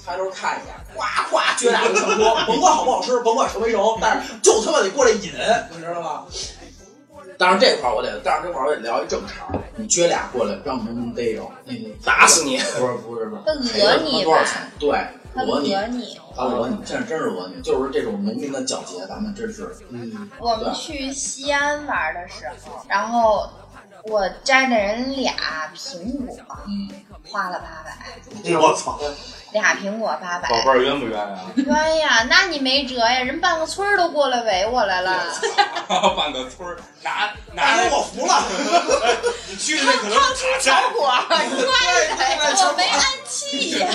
抬头看一下，哗哗撅俩人上桌，甭管好不好吃，甭管熟没熟，但是就他妈得过来引，你知道吗？当然这块儿我得，当然这块儿我得聊一正常。你撅俩过来，让我们逮着，那个
打死你！
不是不是不是，
他讹
赔了他妈
你吧
多少钱？对，
他
讹你，
讹你。
他讹你，这啊真是讹你，就是这种农民的皎洁，咱们真是，嗯，
我们去西安玩的时候，然后我摘了人俩苹果，
嗯，
花了八百，
我操，
俩苹果八百，
贝儿冤不冤啊？
冤呀！那你没辙呀，人半个村儿都过来围我来了。
半个村儿拿拿
大
那
哥我服了，
你去那可能打架，
果
对
拽的，我没安哎气呀。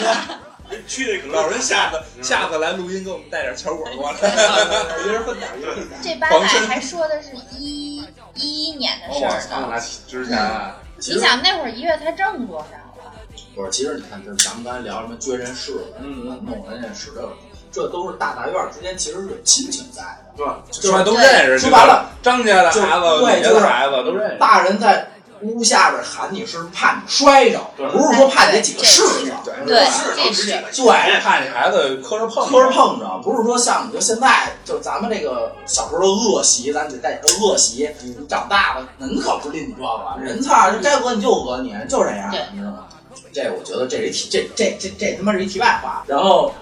去那可能
老人下次下次来录音，给我们带点巧果过来。
嗯
一人分点儿，一人分点儿。
这八百还说的是一一一年的事
我
儿
操，
呢。
那之前啊
其
你
实
想那会儿一月才挣多少啊？
嗯不是，其实你看，就是咱们刚才聊什么撅人柿子，嗯，弄人家石头，这都是大杂院儿之间其实是有亲情在的。
说白了都认识，
说白了，
张家的
就
孩子、
对
你家
就是
的孩子都认识。
大人在屋下边喊你是怕你摔着，不是说怕你几个柿子，
对，
是
这
指
是
哪个？
对，
怕你孩子磕着碰，
磕着碰着，不是说像你就现在就咱们这个小时候的恶习，咱得带点儿恶习。你长大了，人可不吝你这个了，人操，人该讹你就讹你，就这样
对，
你知道吗？这我觉得这是一题，这这这这他妈是一题外话。然后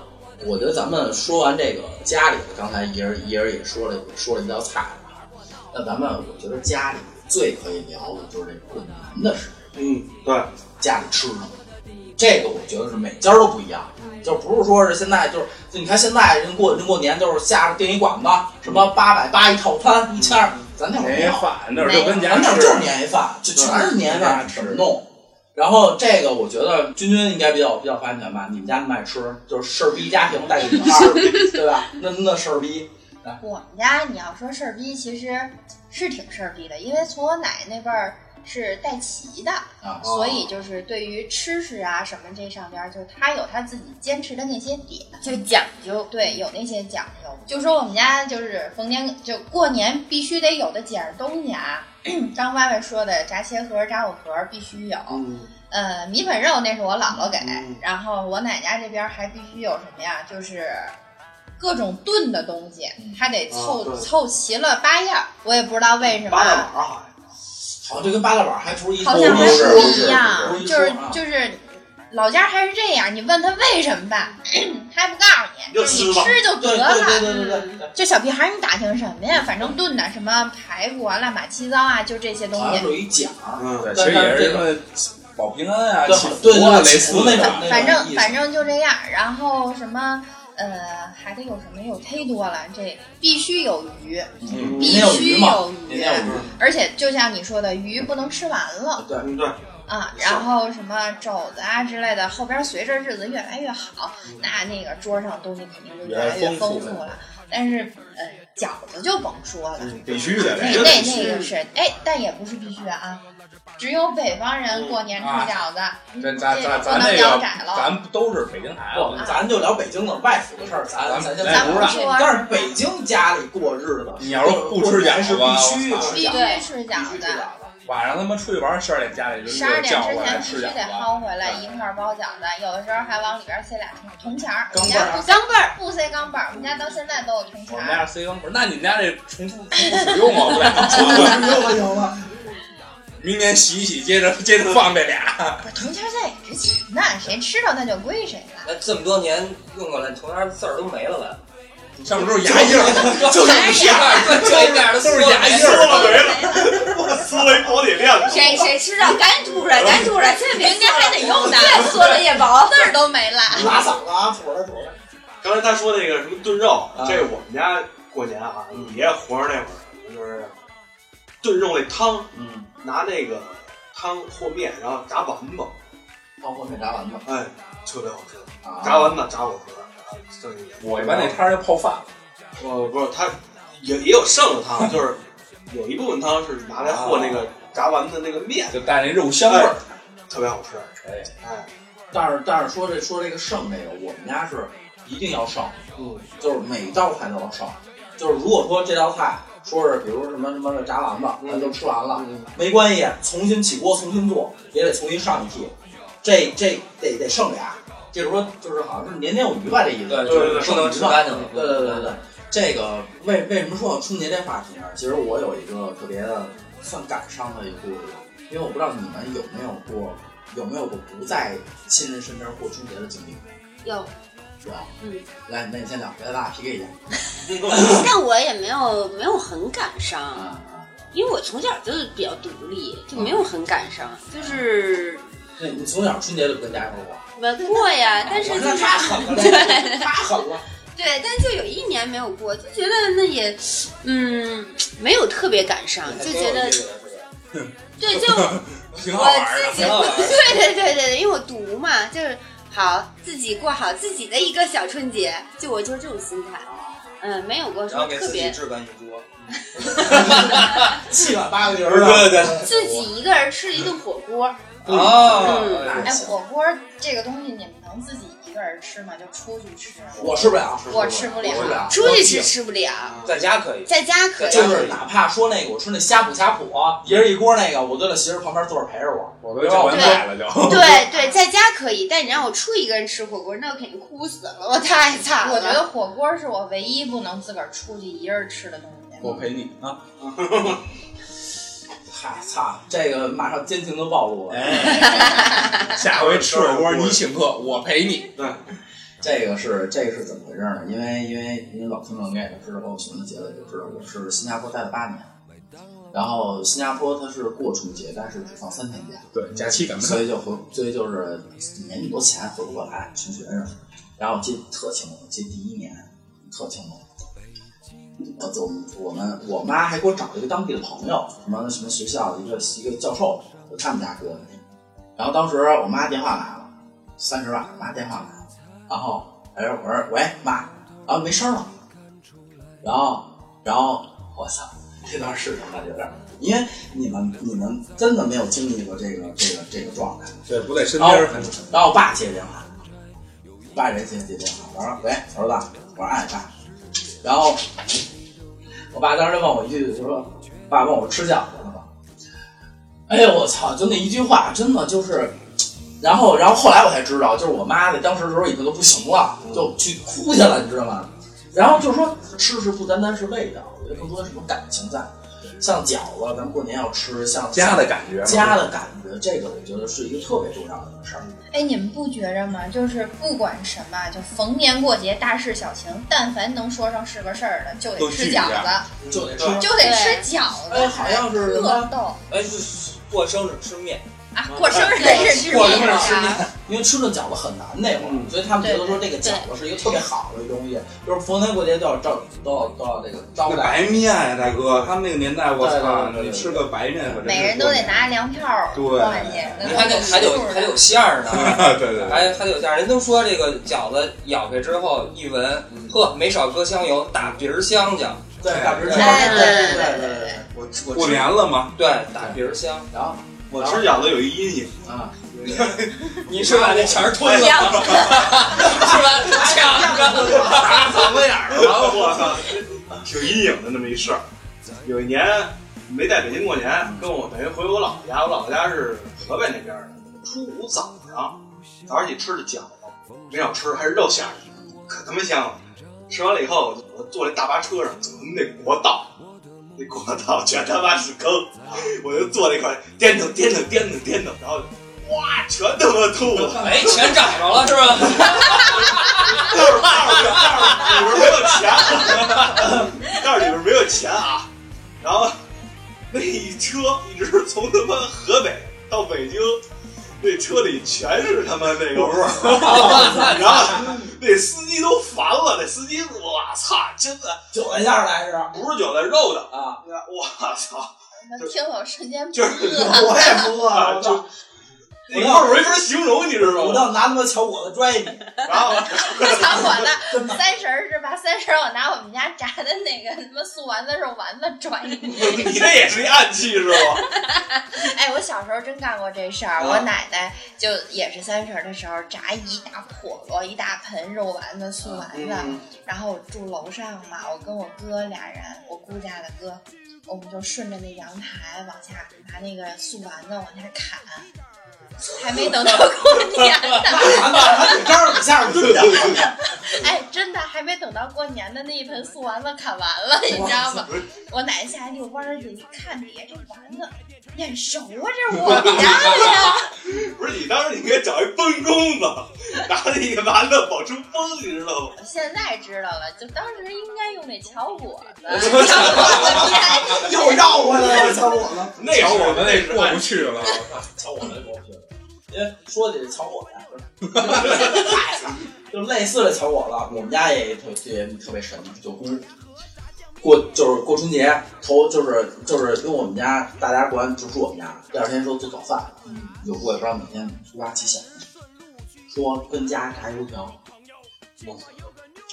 我觉得咱们说完这个家里的，刚才一人一人也说了说了一道菜啊，那咱们我觉得家里最可以聊的就是这个过年的事，
嗯，对，
家里吃什么。这个我觉得是每家都不一样，
嗯
就不是说是现在就是，就你看现在人过人过年都是下着订一馆子，什么八百八一套餐一千二，咱那会儿没
年夜
有，
饭那就跟家
咱那会儿
吃，
就是年夜饭，就全是年夜饭怎么弄。然后这个我觉得君君应该比较比较发言权吧，你们家那么爱吃，就是事儿逼家庭带 女孩儿，对吧？那那事儿逼，
我们家你要说事儿逼，其实是挺事儿逼的，因为从我奶奶那辈儿是带齐的，
啊
所以就是对于吃食啊什么这上边儿，就是她有她自己坚持的那些点，
就讲究。
对，有那些讲究。就说我们家就是逢年就过年必须得有的几样东西啊， 刚歪歪说的炸茄盒、炸五盒必须有，
嗯，
呃，米粉肉那是我姥姥给，
嗯
然后我奶家这边还必须有什么呀？就是各种炖的东西，还得凑、
嗯啊对
凑齐了八样儿，我也不知道为什
八大碗
么，
儿好像
好像这跟八大碗还不是一
好像还
不是
不
是
一样
不，一
就
说
是
啊
就是老家还是这样，你问他为什么吧，他还不告诉你，
就
就是你
吃吧
吃就
对
得了。
对对对对对对，
这小屁孩儿你打听什么呀？反正炖的什么排骨啊、乱码七糟啊，就这些东
好像
西。
有一奖儿，
对，其实也是什么保平安啊、
对
祈
对
福啊
对
类似
祈福那种
的。
那
反
意
正
思
反正就这样。然后什么呃，还得有什么？有忒多了，这必须有鱼，
嗯
必
那有
须
鱼嘛，
有
那
鱼，
有鱼，
而且就像你说的，鱼不能吃完了
对，
嗯对，
啊。然后什么肘子啊之类的，后边随着日子越来越好，那那个桌上东西肯定就越嗯来越
越来越
丰
丰
富
富
了。但是呃，饺子就甭说了。
必须的，
嗯那
这
那那个是哎，但也不是必须啊，只有北方人过年
嗯
吃
啊
饺子，
咱
这
咱咱
不
咱
能
那
腰
个
斩，了。
咱都是北京孩
不
子，，
咱就聊北京的外府的事儿，咱
咱
咱就
咱
不
聊
说
但是北京家里过日子，
你要是不吃饺
过年是
子
必须
我操
吃
必
饺子，
须吃饺
必须吃
子，
饺
晚上他妈出去玩，十二点家里就
十二点
叫
之
过来
前必须
吃
得
饺
薅回来一块儿包饺子，有的时候还往里边塞俩铜铜钱儿。我
钢
们
镚儿
啊
家不钢镚儿，不塞钢镚儿，我们家到现在都有铜
子。我
钱
们
儿。
家是 C 钢盆，那你们家这重复重复使用吗？我 俩
子，又不行了，
明年洗一洗，接着接着放这俩。
不是铜钱儿在也值钱呢，谁吃着那就归谁了。
那这么多年用过来，从那字儿都没了吧？
上面都是牙印儿，
就一片儿，对，就一片儿
都是牙印
儿。
儿，
没了，我撕了一保底链子。
谁谁吃着赶紧吐出来，赶紧吐出来，这明天还得用 呢。越缩了越薄，
字儿都没了。
拉嗓子啊，吐了吐了，
刚才他说那个什么炖肉，这我们家过年啊，你爷活着那会儿就是炖肉那汤，
嗯，
拿那个汤和面，然后炸丸子，
包括那炸丸子
哎，特别好吃。
啊，
炸丸子，炸五盒，剩下
我一般那摊儿就泡饭了，
呃不是，它也也有剩的汤，就是有一部分汤是拿来和那个
啊
炸丸子那个面，
就带那肉香味儿。
特别好吃。
哎，
哎，
但是但是说这说这个剩这个，我们家是一定要剩，
嗯，
就是每道菜都要剩，就是如果说这道菜说是比如什么什么炸丸子，
嗯
咱都吃完了，没关系，重新起锅，重新做，也得重新上一屉。这这得得剩俩，这时候就是好像是年年有余吧，这意思。
对
就
就是
是
不能吃
剩余嘛
干净了嗯
对对对对对，这个为为什么说到春节这话题呢？其实我有一个特别的算感伤的一个故事，因为我不知道你们有没有过有没有过不在亲人身边过春节的经历，
有，
是吧？
嗯。
来，那你先讲，来咱俩 PK 一下。
嗯
但我也没有没有很感伤，
啊，
因为我从小就是比较独立，就没有很感伤，嗯就是
那你从小春节就不跟家一块儿过？
没过呀。但是就
那
是
太 狠了，这太狠了。
对，但就有一年没有过，就觉得那也，嗯，没有特别感伤，就觉得对，就
挺好玩
我
儿
自己，
的。
对 对对对对，因为我独嘛，就是好自己过好自己的一个小春节，就我就是这种心态，嗯，没有过
然
说
后给
特
自己
别
置办一桌，
七碗八个人
对
儿
对对，
自己一个人吃一顿火锅，
哦
啊，
哎，火锅这个东西你们能自己一个人吃吗？就出去吃啊。
我吃不了，
我吃不了
我吃不了。
出去吃吃不了，
在家可以。
在家可以
就。是哪怕说那个，我吃那呷哺呷哺，一人一锅那个，我都在媳妇旁边坐着陪着我。
我都叫外卖
啊
了就。
对对，在家可以，但你让我出一个人吃火锅，那我肯定哭死了，我太惨了。
我觉得火锅是我唯一不能自个儿出去一人吃的东西。
我陪你啊！
嗨，操，这个马上奸情都暴露了。
哎，下回吃火锅你请客，我陪你。
这个是这个是怎么回事呢？因为因为因为老听众应该也知道，包括熊的节奏也知道，我是新加坡待了八年，然后新加坡它是过春节，但是只放三天假，
对，假期赶不上
所。以就回，所以就是没那么多钱回不过来，穷学生。然后我记得特清楚，记得第一年特清楚。我就我们我妈还给我找了一个当地的朋友，什么什么学校的一个一个教授，就他们家哥们。然后当时我妈电话来了，三十万，我妈电话来了，然后哎我说喂妈，然后没声了，然后然后我操，这段是什么有点，因为你们你们真的没有经历过这个这个这个状态。
对，不在身边很
然后我爸接电话，我爸人接接电话，我说喂，儿子，我说哎爸，然后我爸当时问我一句，就说爸问我吃饺子了吗？哎呦我操，就那一句话，真的就是。然后，然后后来我才知道，就是我妈在当时的时候已经都不行了，就去哭去了，你知道吗？然后就说吃是不单单是味道，我觉得更多是什么感情在，像饺子，咱们过年要吃，像
家的感觉。
家的感觉，这个我觉得是一个特别重要的一个事儿。
哎，你们不觉着吗？就是不管什么，就逢年过节、大事小情，但凡能说上是个事儿的，就得
都
吃
聚一
饺
下
子，
就得吃
对
就得吃饺子。
哎好像是
特逗
哎，就是过生日吃面，
啊！过生日
对
是吃
过生
面
日吃
啊，
因为吃顿饺子很难那会
嗯
儿，所以他们觉得说这个饺子是一个特别好的东西，就是逢年过节都要照都要都要这个招
那
待。
白面呀，大哥，他们那个年代，我操，
对对对对
你吃个白面，我真是
每人都得拿粮票儿
对
换去。那
你看那
都
还得有还得有馅儿呢，
啊， 对对对，
还还得有馅儿。人都说这个饺子咬开之后一闻，呵，没少搁香油，大鼻儿香香。
对，大侄子。
哎
对对
对对
对
对
对
对
对。
我我
过年了吗？
对大鼻儿香，
然后
我吃饺子有一阴影，
啊，
你是把那肠儿吞了，
香
是吧？抢着
打嗓子眼儿
然后我操，挺阴影的那么一事儿。有一年没在北京过年，跟我等于回我姥姥家，我姥姥家是河北那边的。初五早上，早上起吃的饺子，没少吃，还是肉馅儿的，可他妈香了。吃完了以后，我坐那大巴车上，走那国道，那国道全他妈是坑，我就坐那块儿颠腾颠腾颠腾颠腾，然后哇，全他妈吐了。
哎，钱找着了是吧？
袋儿袋儿里边没有钱，袋儿里边没有钱啊。然后那一车一直从他妈河北到北京，那车里全是他妈那个味儿，然后那司机都烦了，那司机我操，真的
韭菜馅儿来是
不是韭菜肉的，
啊，
我操，
听我瞬间不
就是
饿。
我也不饿，
啊
我
就
就
那味儿没法形容，你知道
我
吗？
要拿他妈小果子拽你，
然后
小伙子，三十儿是吧？三十儿我拿我们家炸的那个什么素丸子肉丸子转你。
你这也是一暗器是吧？
哎，我小时候真干过这事儿。
啊
我奶奶就也是三十儿的时候炸一大笸箩，一大盆肉丸子、素丸子。然后我住楼上嘛，我跟我哥俩人，我姑家的哥，我们就顺着那阳台往下拿那个素丸子往下砍。还没等到过年呢，
拿拿腿杆儿往下蹲着，
哎，真的还没等到过年的那一盆素丸子砍完了， 你知道吗？我奶奶下来就弯儿去一看，底下这丸子眼熟啊，这是我们家的呀。
不是你当时你应该找一崩弓子，拿着一个馒头往出崩，你知道吗？
现在知道了，就当时应该用那巧果子，巧 果子片。
又绕回来了小果子。
那是
瞧我们
那
那
是
过
暗
不去了，
瞧我们过不去了，因为哎说起这瞧我呀，嗨 就类似的瞧我了。我们家也特也特别神，九姑过就是过春节，头就是就是因为我们家大家过完就住我们家，第二天说做早饭，九姑也不知道哪天突发奇想，说跟家炸油条，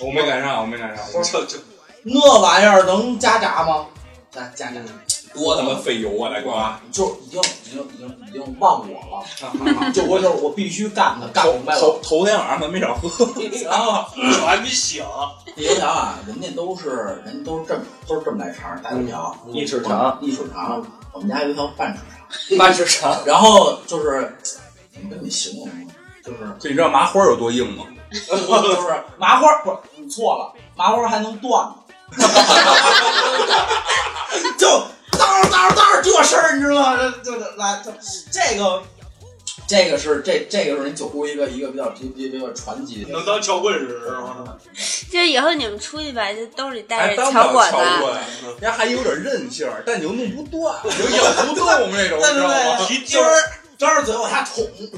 我没赶上，我没赶上，我
就就
那玩意儿能加炸吗？加加炸，
多他妈费油啊，大哥！
就已经已经已经已经忘我了， 就我就是我必须干它，干
头
明白了。
头头天晚上咱没少喝，
然后
我还没醒，
油条啊，人家都是人家都是这么都是这么来肠儿，大油条，
一尺长，
一尺嗯长。我们家油条 半尺长，
那是啥？
然后就是怎么跟你形容呢？就是
这你知道麻花有多硬吗？
就是麻花，不是你错了，麻花还能断呢， 就当当当这事儿，你知道吗？这就来就这个。这个是这这个是人九姑一个一个比较比比比较传奇的，
能当撬棍使是吗？
就就以后你们出去吧，就兜里带
还
着
哎当不
小
了
果
撬
哎子，啊
棍，
嗯
人家还有点韧性儿，但你又弄不 断，你又咬不动那种，你
对
知道吗？
对，尖儿张着嘴往下捅。 对，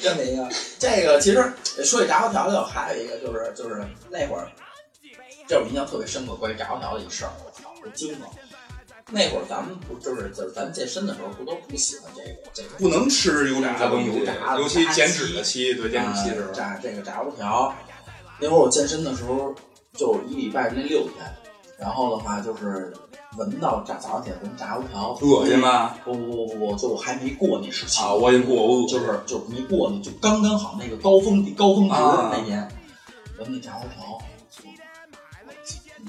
这么一个，这个其实说起炸油条就还有一个就是就是那会儿，这我印象特别深刻，关于炸油条的一事儿，我操，我惊了。那会儿咱们不就是就是咱们健身的时候，不都不喜欢这个这个
不能吃油炸的
不
东西
能油炸，的啊
尤其减脂的期，对减脂期的时候，
炸这个炸油条。那会儿我健身的时候，就一礼拜那六天，然后的话就是闻到炸早上起来闻炸油条，
恶心？吗？
不不不不不，就我还没过那时期
啊，我已经过，我恶
就
心。
是就是没过那就刚刚好那个高峰高峰值
啊
那年，闻那炸油条，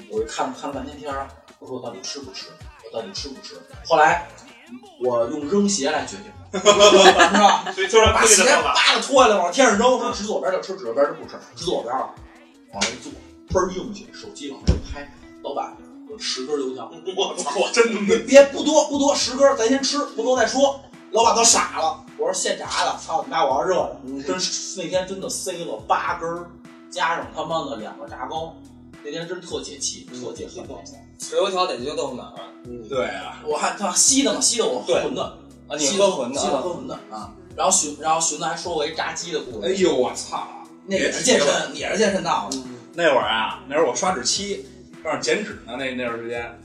我就看看了半天天儿，我说我到底吃不吃？我到底吃不吃？后来我用扔鞋来决定的， 是吧？
所以就是
把
对
鞋
的方法，
叭的脱下来往天上扔，说指左边就吃，指右边就不吃，指左边了，往那一坐，倍儿硬气，手机往这拍，老板，我十根油条，
我操，我真
你别不多不多，十根咱先吃，不够再说。老板都傻了，我说现炸的，操你妈，我要热的，真是那天真的塞了八根儿，加上他妈的两个炸糕，那天真特解气，特嗯解恨。
吃油条得就豆腐脑啊，
嗯
对啊，
我还他妈吸的嘛，吸的我喝
对
馄饨，
啊你
吸
喝馄
吸
饨
的
啊
喝馄饨啊。然后寻然后寻子还说过一炸鸡的故事
哎，呦我操！
那也是健身，也是健身道的。
那会儿啊，那会儿我刷脂期，让减脂呢，那那段时间，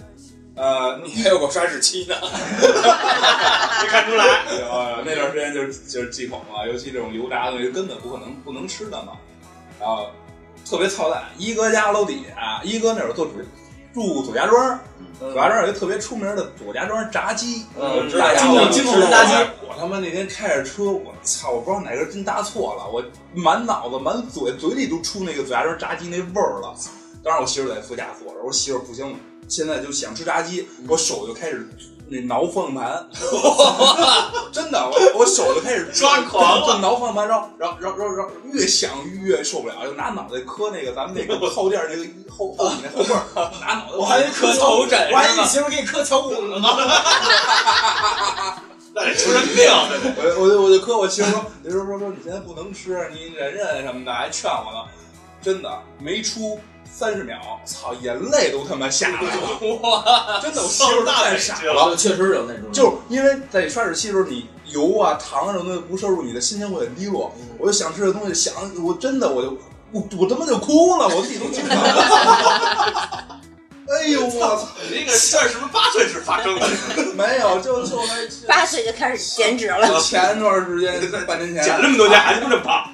呃，
你还有个刷脂期呢，
没看出来。
呃，那段时间就是就是忌口嘛，尤其这种油炸的东西根本不可能不能吃的嘛。然后特别操蛋，一哥家楼底下，一哥那会儿做主住左家庄，
嗯
左家庄有一个特别出名的左家庄炸鸡，
嗯
嗯
知道
鸡
知道
我
知道
知道
炸鸡
我他妈那天开着车，我操，我不知道哪根筋搭错了，我满脑子满嘴嘴里都出那个左家庄炸鸡那味儿了。当时我媳妇在副驾坐着，我说媳妇儿不行，现在就想吃炸鸡，我手就开始那挠方向盘，真的，我我手就开始
抓狂了
就挠方向盘，然后然后然后然后然后越想越受不了，就拿脑袋磕那个咱们那个靠垫儿那个后后面那后背儿，拿脑袋
我还
磕头枕
我还
是
以为
吗
媳妇儿给你磕敲骨了呢。
那得出人命了，
我我就我就磕我媳妇说，你说说说你现在不能吃，你忍忍什么的，还劝我呢。真的没出三十秒，操，眼泪都他妈下来了，真的，我媳妇儿都看傻
对
了。
后确实有那种，
就是因为在你刷脂期的时候，你油啊、糖啊什么的不摄入，你的心情会很低落。我就想吃的东西，想我真的我就我我他妈就哭了，我自己都惊了。 哎呦我操！
你这个事儿是不是八岁时发生的？
没有，就就那
八岁就开始减脂了。
前段时间，半年
减
前，
那么多年还这么胖，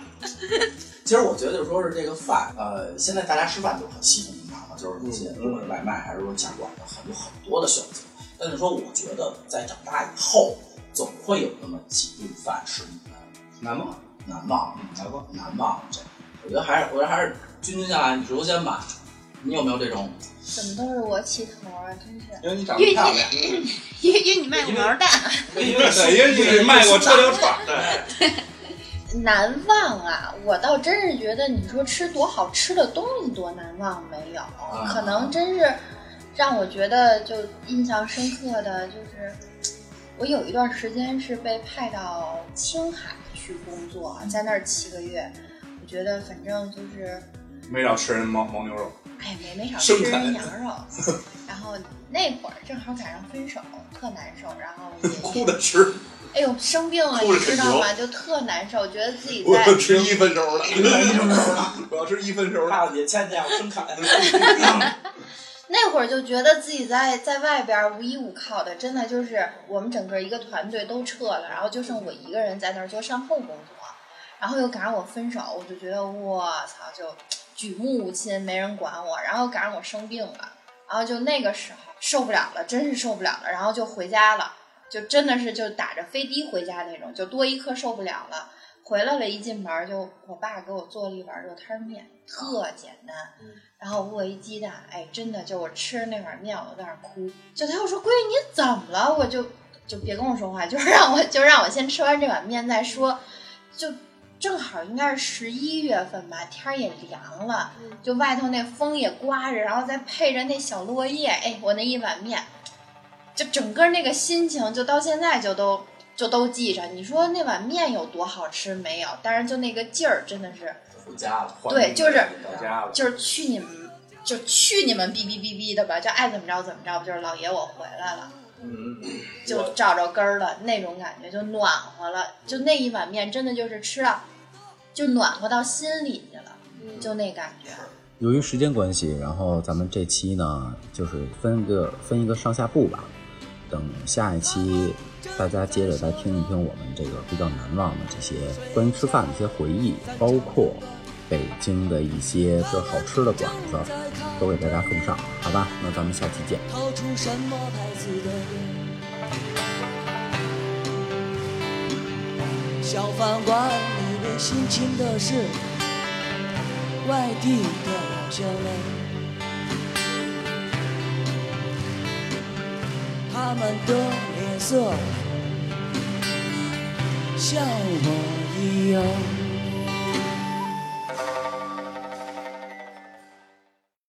其实我觉得说是这个饭，呃，现在大家吃饭都很稀松平常了，就是这些不管是外卖还是说家馆的，很有很多的选择。但是说，我觉得在长大以后，总会有那么几顿饭是你们
难吗？
难忘、嗯难忘、难忘的。这我觉得还是，我觉得还是均均下来，你首先吧，你有没有这 种？
怎么都是我起头啊，真是。
因为你长得漂亮，
因为因为你卖过毛蛋，
因为因为你卖过车流串儿，
难忘啊！我倒真是觉得，你说吃多好吃的东西多难忘没有，
啊
可能真是让我觉得就印象深刻的就是，我有一段时间是被派到青海去工作，在那儿七个月，我觉得反正就是，
没少吃人牦牦牛肉。
哎，没没少
生
吃
啃
羊肉。然后那会儿正好赶上分手，特难受，然后也，
哭着吃，
哎呦，生病了，
哭着
你知
啃
道
牛
吗？就特难受，觉得自己
我
在
要吃一分熟的，
大
我要吃一分熟的。
大姐倩倩，我真 看。
那会儿就觉得自己在在外边儿无依无靠的，真的就是我们整个一个团队都撤了，然后就剩我一个人在那儿做善后工作，然后又赶上我分手，我就觉得我操，就举目无亲，没人管我，然后赶上我生病了，然后就那个时候受不了了，真是受不了了，然后就回家了，就真的是就打着飞的回家那种，就多一刻受不了了。回来了，一进门儿就我爸给我做了一碗热汤面，特简单。然后我一鸡蛋，哎，真的就我吃那碗面，我就在那儿哭。就他又说：“闺女，你怎么了？”我就就别跟我说话，就让我就让我先吃完这碗面再说。就正好应该是十一月份吧，天儿也凉了，就外头那风也刮着，然后再配着那小落叶，哎，我那一碗面，就整个那个心情就到现在就都就都记着。你说那碗面有多好吃没有？但是就那个劲儿，真的是
回家了，
对就是
到家了。
就是去你们，就去你们逼逼逼逼的吧，就爱怎么着怎么着，就是老爷我回来了，
嗯，
就找着根儿了，那种感觉就暖和了，就那一碗面真的就是吃到，就暖和到心里去了，
嗯
就那感觉。
由于时间关系，然后咱们这期呢，就是分个分一个上下部吧。等下一期，大家接着来听一听我们这个比较难忘的这些关于吃饭的一些回忆，包括北京的一些这好吃的馆子，都给大家奉上，好吧？那咱们下期见。
掏出什么牌子的小饭馆里面辛勤的是外地的老乡们，他们的脸色像我一样。